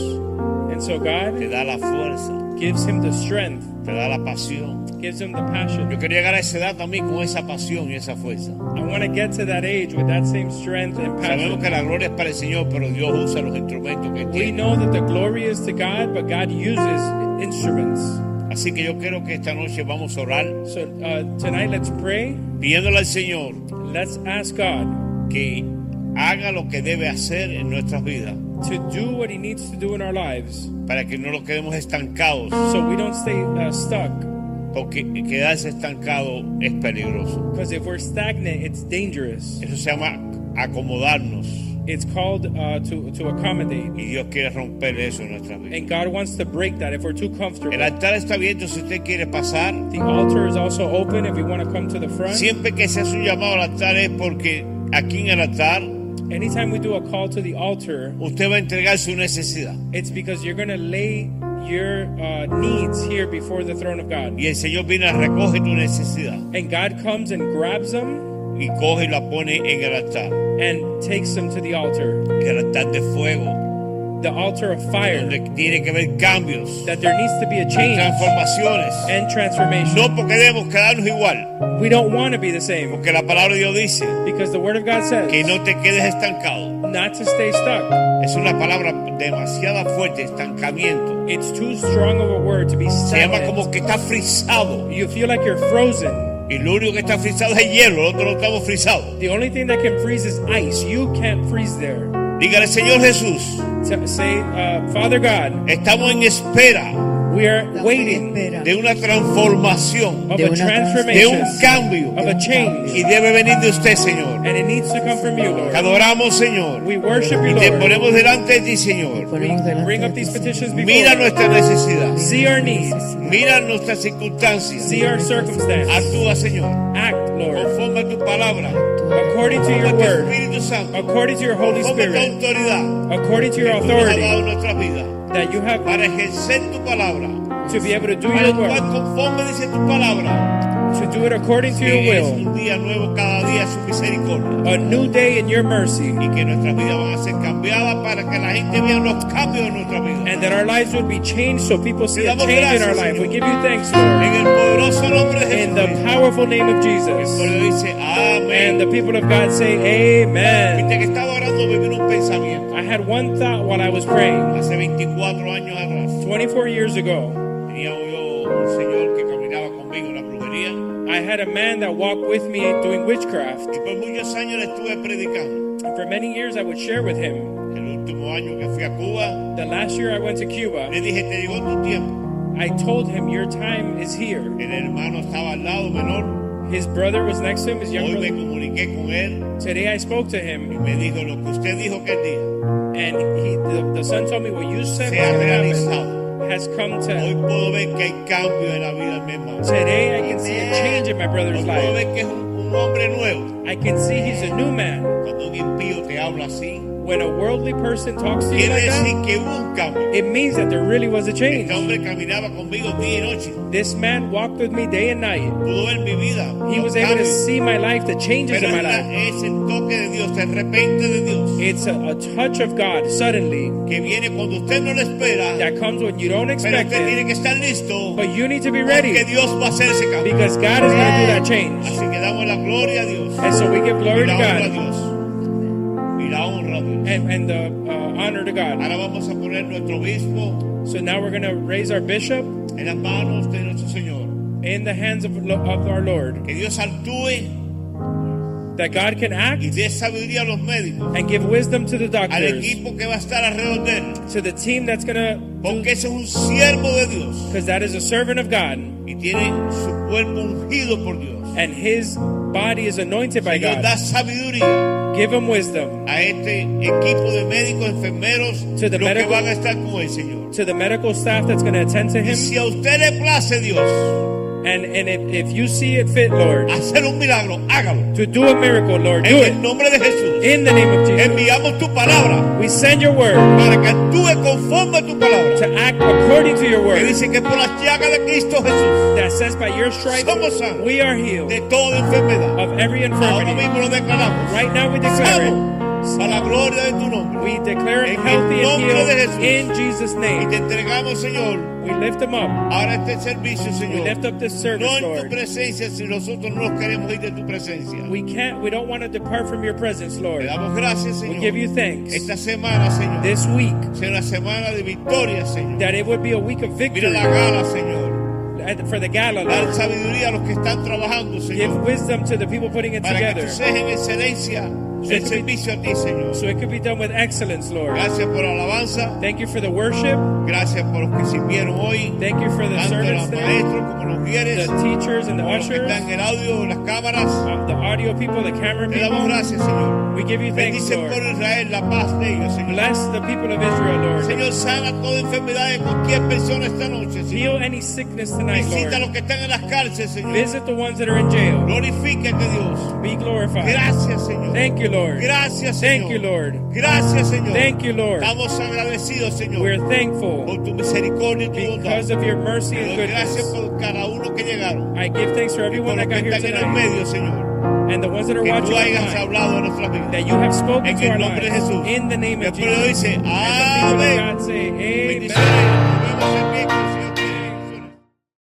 Speaker 3: And so
Speaker 5: te
Speaker 3: God
Speaker 5: da la fuerza,
Speaker 3: gives him the strength,
Speaker 5: te da la pasión.
Speaker 3: gives him the
Speaker 5: Yo
Speaker 3: passion.
Speaker 5: quiero llegar a esa edad también con esa pasión y esa fuerza.
Speaker 3: I want to get to that age with that same strength and
Speaker 5: Sabemos que
Speaker 3: passion.
Speaker 5: la gloria es para el Señor, pero Dios usa los instrumentos que
Speaker 3: We
Speaker 5: tiene.
Speaker 3: know that the glory is to God, but God uses instruments.
Speaker 5: Así que yo quiero que esta noche vamos a orar
Speaker 3: So uh, tonight, let's pray.
Speaker 5: pidiéndole al Señor
Speaker 3: Let's ask God
Speaker 5: que haga lo que debe hacer en nuestras vidas
Speaker 3: to do what He needs to do in our lives,
Speaker 5: para que no nos quedemos estancados,
Speaker 3: so we don't stay uh, stuck.
Speaker 5: porque quedarse estancado es peligroso.
Speaker 3: Because if we're stagnant, it's dangerous.
Speaker 5: Eso se llama acomodarnos
Speaker 3: It's called uh, to to accommodate,
Speaker 5: y Dios quiere romper eso en nuestras vidas.
Speaker 3: and God wants to break that if we're too
Speaker 5: El
Speaker 3: comfortable.
Speaker 5: altar está abierto si usted quiere pasar.
Speaker 3: The altar is also open if you want to come to the front.
Speaker 5: Siempre que se hace un llamado al altar es porque aquí en el altar
Speaker 3: Anytime we do a call to the altar,
Speaker 5: usted va a entregar su necesidad
Speaker 3: it's because you're going to lay your uh, needs here before the throne of God,
Speaker 5: y el Señor viene a recoger tu necesidad
Speaker 3: and God comes and grabs them
Speaker 5: y coge y la pone en el altar.
Speaker 3: and takes them to the altar,
Speaker 5: El altar de fuego,
Speaker 3: the altar of fire.
Speaker 5: donde tiene que haber cambios,
Speaker 3: that there needs to be a change
Speaker 5: transformaciones.
Speaker 3: and transformation.
Speaker 5: No porque debemos quedarnos igual,
Speaker 3: We don't want to be the same
Speaker 5: porque la palabra de Dios dice
Speaker 3: because the Word of God says
Speaker 5: que no te quedes estancado.
Speaker 3: not to stay stuck.
Speaker 5: Es una palabra demasiado fuerte, estancamiento.
Speaker 3: It's too strong of a word to be
Speaker 5: Se llama como
Speaker 3: stagnant.
Speaker 5: que está frisado.
Speaker 3: You feel like you're frozen.
Speaker 5: Y lo único que está frisado es el hielo, el otro no estamos frisados.
Speaker 3: The only thing that can freeze is ice. You can't freeze there.
Speaker 5: Dígale, Señor Jesús,
Speaker 3: T- Say, uh, Father God,
Speaker 5: estamos en espera
Speaker 3: we are waiting
Speaker 6: espera
Speaker 5: de una transformación,
Speaker 3: of
Speaker 6: De
Speaker 3: a
Speaker 6: una
Speaker 5: de
Speaker 3: transformation,
Speaker 5: un cambio.
Speaker 3: of a change,
Speaker 5: Y debe venir de usted, Señor.
Speaker 3: and it needs to come from you,
Speaker 5: Te
Speaker 3: Lord.
Speaker 5: adoramos, Señor.
Speaker 3: We worship you,
Speaker 5: Te
Speaker 3: Lord.
Speaker 5: ponemos delante de ti, Señor.
Speaker 6: Ponemos delante
Speaker 3: Bring up
Speaker 6: de
Speaker 3: these
Speaker 6: ti,
Speaker 3: petitions before
Speaker 5: Mira
Speaker 3: you.
Speaker 5: nuestra necesidad.
Speaker 3: See our needs,
Speaker 5: Mira nuestras circunstancias.
Speaker 3: see our circumstance.
Speaker 5: Actúa, Señor.
Speaker 3: Act, Lord,
Speaker 5: Conforme a tu palabra.
Speaker 3: according to
Speaker 5: Conforme
Speaker 3: your
Speaker 5: a tu
Speaker 3: word.
Speaker 5: Espíritu Santo.
Speaker 3: according to your Holy
Speaker 5: Conforme a tu
Speaker 3: Spirit,
Speaker 5: autoridad.
Speaker 3: according to your
Speaker 5: Que tú nos has dado
Speaker 3: authority
Speaker 5: en nuestra vida.
Speaker 3: that you have
Speaker 5: Para ejercer tu palabra.
Speaker 3: to be able to do
Speaker 5: Para
Speaker 3: your
Speaker 5: actuar
Speaker 3: work,
Speaker 5: conforme dice tu palabra.
Speaker 3: to do it according to your
Speaker 5: Que es un
Speaker 3: will.
Speaker 5: día nuevo cada día su misericordia.
Speaker 3: A new day in your mercy,
Speaker 5: Y que nuestras vidas van a ser cambiadas para que la gente vea los cambios en nuestra vida.
Speaker 3: and that our lives would be changed so people see a change in our life. We give you thanks, Lord,
Speaker 5: En el poderoso nombre de
Speaker 3: in the
Speaker 5: Jesús.
Speaker 3: powerful name of
Speaker 5: Solo
Speaker 3: Jesus.
Speaker 5: dice
Speaker 3: And
Speaker 5: amén.
Speaker 3: the people of God say, Amen.
Speaker 5: Viste que estaba orando, me vino un pensamiento.
Speaker 3: I had one thought while I was praying.
Speaker 5: Hace 24 años atrás
Speaker 3: 24 years ago,
Speaker 5: tenía yo un señor que caminaba conmigo en la brujería
Speaker 3: I had had a man that walked with me doing witchcraft.
Speaker 5: Y por muchos años le estuve predicando.
Speaker 3: And for many years, I would share with him.
Speaker 5: El último año que fui a Cuba,
Speaker 3: The last year I went to Cuba,
Speaker 5: le dije, te llegó tu tiempo.
Speaker 3: I told him, Your time is here.
Speaker 5: El hermano estaba al lado menor.
Speaker 3: His brother was next to him, his young
Speaker 5: Hoy me
Speaker 3: brother.
Speaker 5: comuniqué con él
Speaker 3: Today I spoke to
Speaker 5: y
Speaker 3: him,
Speaker 5: me dijo, lo que usted dijo que día
Speaker 3: and he, the, the son told me, What you said
Speaker 5: se ha
Speaker 3: was gonna
Speaker 5: realizado.
Speaker 3: happen has come
Speaker 5: Hoy
Speaker 3: to.
Speaker 5: puedo ver que hay cambio en la vida de mi hermano.
Speaker 3: Today I can see a change in my brother's
Speaker 5: Hoy puedo
Speaker 3: life.
Speaker 5: ver que es un, un hombre nuevo.
Speaker 3: I can see he's a new man.
Speaker 5: Cuando un impío te habla así,
Speaker 3: When a worldly person talks to you
Speaker 5: quiere
Speaker 3: like
Speaker 5: decir
Speaker 3: that,
Speaker 5: que hubo un cambio.
Speaker 3: it means that there really was a
Speaker 5: Este
Speaker 3: change.
Speaker 5: hombre caminaba conmigo día y noche.
Speaker 3: This man walked with me day and night.
Speaker 5: Pudo ver mi vida.
Speaker 3: He was
Speaker 5: los
Speaker 3: able to
Speaker 5: cambios.
Speaker 3: see my life, the changes
Speaker 5: Pero
Speaker 3: in my
Speaker 5: es la-
Speaker 3: life.
Speaker 5: es el toque de Dios, el repente de Dios,
Speaker 3: It's a, a touch of God suddenly
Speaker 5: que viene cuando usted no lo espera,
Speaker 3: that comes when you don't
Speaker 5: pero
Speaker 3: expect
Speaker 5: usted
Speaker 3: it.
Speaker 5: tiene que estar listo,
Speaker 3: But you need to be
Speaker 5: porque
Speaker 3: ready
Speaker 5: Dios va a hacer ese cambio.
Speaker 3: because God is going to do that change.
Speaker 5: Así que damos la gloria a Dios,
Speaker 3: And so we give
Speaker 5: y
Speaker 3: glory to
Speaker 5: la honra a
Speaker 3: God
Speaker 5: Dios, y la honra a Dios. Eh,
Speaker 3: and, and the uh, honor to God.
Speaker 5: Ahora vamos a poner nuestro obispo
Speaker 3: So now we're going to raise our bishop
Speaker 5: en las manos de nuestro Señor.
Speaker 3: in the hands of, lo- of our Lord
Speaker 5: Que Dios actúe
Speaker 3: that God can
Speaker 5: y
Speaker 3: act
Speaker 5: dé sabiduría a los médicos,
Speaker 3: and give wisdom to the
Speaker 5: al
Speaker 3: doctors,
Speaker 5: equipo que va a estar alrededor de él,
Speaker 3: to the team that's going to,
Speaker 5: porque ese es un siervo de Dios
Speaker 3: because that is a servant of God
Speaker 5: y tiene su cuerpo ungido por Dios.
Speaker 3: and his body is anointed by
Speaker 5: Dios da
Speaker 3: God.
Speaker 5: sabiduría
Speaker 3: Give him wisdom.
Speaker 5: a este equipo de médicos, enfermeros,
Speaker 3: To the
Speaker 5: los que
Speaker 3: medical-
Speaker 5: van a estar con el Señor.
Speaker 3: to the medical staff that's going to attend to
Speaker 5: Y
Speaker 3: him.
Speaker 5: si a usted le place Dios
Speaker 3: And, and if, if you see it fit, Lord,
Speaker 5: hacer un milagro, hágalo.
Speaker 3: to do a miracle, Lord, do
Speaker 5: En el
Speaker 3: it.
Speaker 5: nombre de Jesús,
Speaker 3: In the name of Jesus.
Speaker 5: enviamos tu palabra
Speaker 3: We send your word
Speaker 5: para que actúe conforme a tu palabra.
Speaker 3: to act according to your
Speaker 5: Que
Speaker 3: word
Speaker 5: dice que por las llagas de Cristo Jesús
Speaker 3: that says by your stripes
Speaker 5: somos sanos
Speaker 3: we are healed
Speaker 5: de toda enfermedad.
Speaker 3: of every
Speaker 5: Ahora
Speaker 3: infirmity.
Speaker 5: mismo lo declaramos.
Speaker 3: Right now we declare
Speaker 5: Salvo a
Speaker 3: it.
Speaker 5: la gloria de tu nombre.
Speaker 3: We declare it
Speaker 5: En el
Speaker 3: healthy and
Speaker 5: nombre de Jesús.
Speaker 3: healed in Jesus'
Speaker 5: Y
Speaker 3: name.
Speaker 5: te entregamos, Señor,
Speaker 3: We lift him up.
Speaker 5: ahora este servicio,
Speaker 3: We
Speaker 5: Señor.
Speaker 3: lift up this
Speaker 5: No
Speaker 3: service,
Speaker 5: en tu
Speaker 3: Lord.
Speaker 5: presencia, si nosotros no nos queremos ir de tu presencia.
Speaker 3: We can't, we don't want to depart from your presence,
Speaker 5: Te
Speaker 3: Lord.
Speaker 5: damos gracias,
Speaker 3: We
Speaker 5: Señor.
Speaker 3: give you thanks
Speaker 5: Esta semana, Señor,
Speaker 3: this week
Speaker 5: sea una semana de victoria, Señor.
Speaker 3: that it would be a week of
Speaker 5: Mira
Speaker 3: victory.
Speaker 5: la gala, Señor.
Speaker 3: at- for the gala,
Speaker 5: Dar
Speaker 3: Lord.
Speaker 5: sabiduría a los que están trabajando,
Speaker 3: Give
Speaker 5: Señor.
Speaker 3: wisdom to the people putting it
Speaker 5: Para que
Speaker 3: together
Speaker 5: tú seas en excelencia el
Speaker 3: tú-
Speaker 5: servicio a ti, Señor.
Speaker 3: so it could be done with excellence, Lord.
Speaker 5: Gracias por la alabanza.
Speaker 3: Thank you for the worship.
Speaker 5: Gracias por los que sirvieron hoy.
Speaker 3: Thank you for the
Speaker 5: Tanto
Speaker 3: servants
Speaker 5: los
Speaker 3: there,
Speaker 5: maestros como los
Speaker 3: the
Speaker 5: mujeres.
Speaker 3: teachers and the
Speaker 5: Los que
Speaker 3: ushers,
Speaker 5: están en el audio, en las cámaras.
Speaker 3: um, the audio people, the camera
Speaker 5: Te damos
Speaker 3: people.
Speaker 5: gracias, Señor.
Speaker 3: We give you thanks,
Speaker 5: Bendice por
Speaker 3: Lord.
Speaker 5: Israel la paz de ellos, Señor.
Speaker 3: Bless the people of Israel, Lord.
Speaker 5: Señor, sana toda enfermedad de cualquier persona esta noche, Señor.
Speaker 3: Heal any sickness tonight,
Speaker 5: Visita a
Speaker 3: Lord.
Speaker 5: los que están en las cárceles, Señor.
Speaker 3: Visit the ones that are in jail.
Speaker 5: Glorifícate, Dios.
Speaker 3: Be glorified.
Speaker 5: Gracias, Señor.
Speaker 3: Thank you, Lord.
Speaker 5: Gracias,
Speaker 3: Thank you, Lord.
Speaker 5: Señor. Gracias, Señor.
Speaker 3: Thank you, Lord.
Speaker 5: Estamos agradecidos,
Speaker 3: We're
Speaker 5: Señor,
Speaker 3: thankful
Speaker 5: por tu misericordia y tu
Speaker 3: because
Speaker 5: bondad.
Speaker 3: of your mercy
Speaker 5: Te
Speaker 3: and
Speaker 5: doy gracias
Speaker 3: goodness.
Speaker 5: por cada uno que llegaron.
Speaker 3: I give thanks for
Speaker 5: Y
Speaker 3: everyone
Speaker 5: por los
Speaker 3: that
Speaker 5: que
Speaker 3: got here
Speaker 5: están en los
Speaker 3: tonight
Speaker 5: medios, Señor.
Speaker 3: and the ones that are
Speaker 5: Que
Speaker 3: watching
Speaker 5: tú hayas
Speaker 3: online.
Speaker 5: hablado a nuestras vidas.
Speaker 3: that you have spoken
Speaker 5: En
Speaker 3: to our
Speaker 5: el nombre de
Speaker 3: lives
Speaker 5: Jesús.
Speaker 3: in the name
Speaker 5: El
Speaker 3: of
Speaker 5: pueblo
Speaker 3: Jesus.
Speaker 5: dice,
Speaker 3: And the people of
Speaker 5: amén.
Speaker 3: God say, Amen.
Speaker 5: Bendiciones. Nos vemos el miércoles, Señor.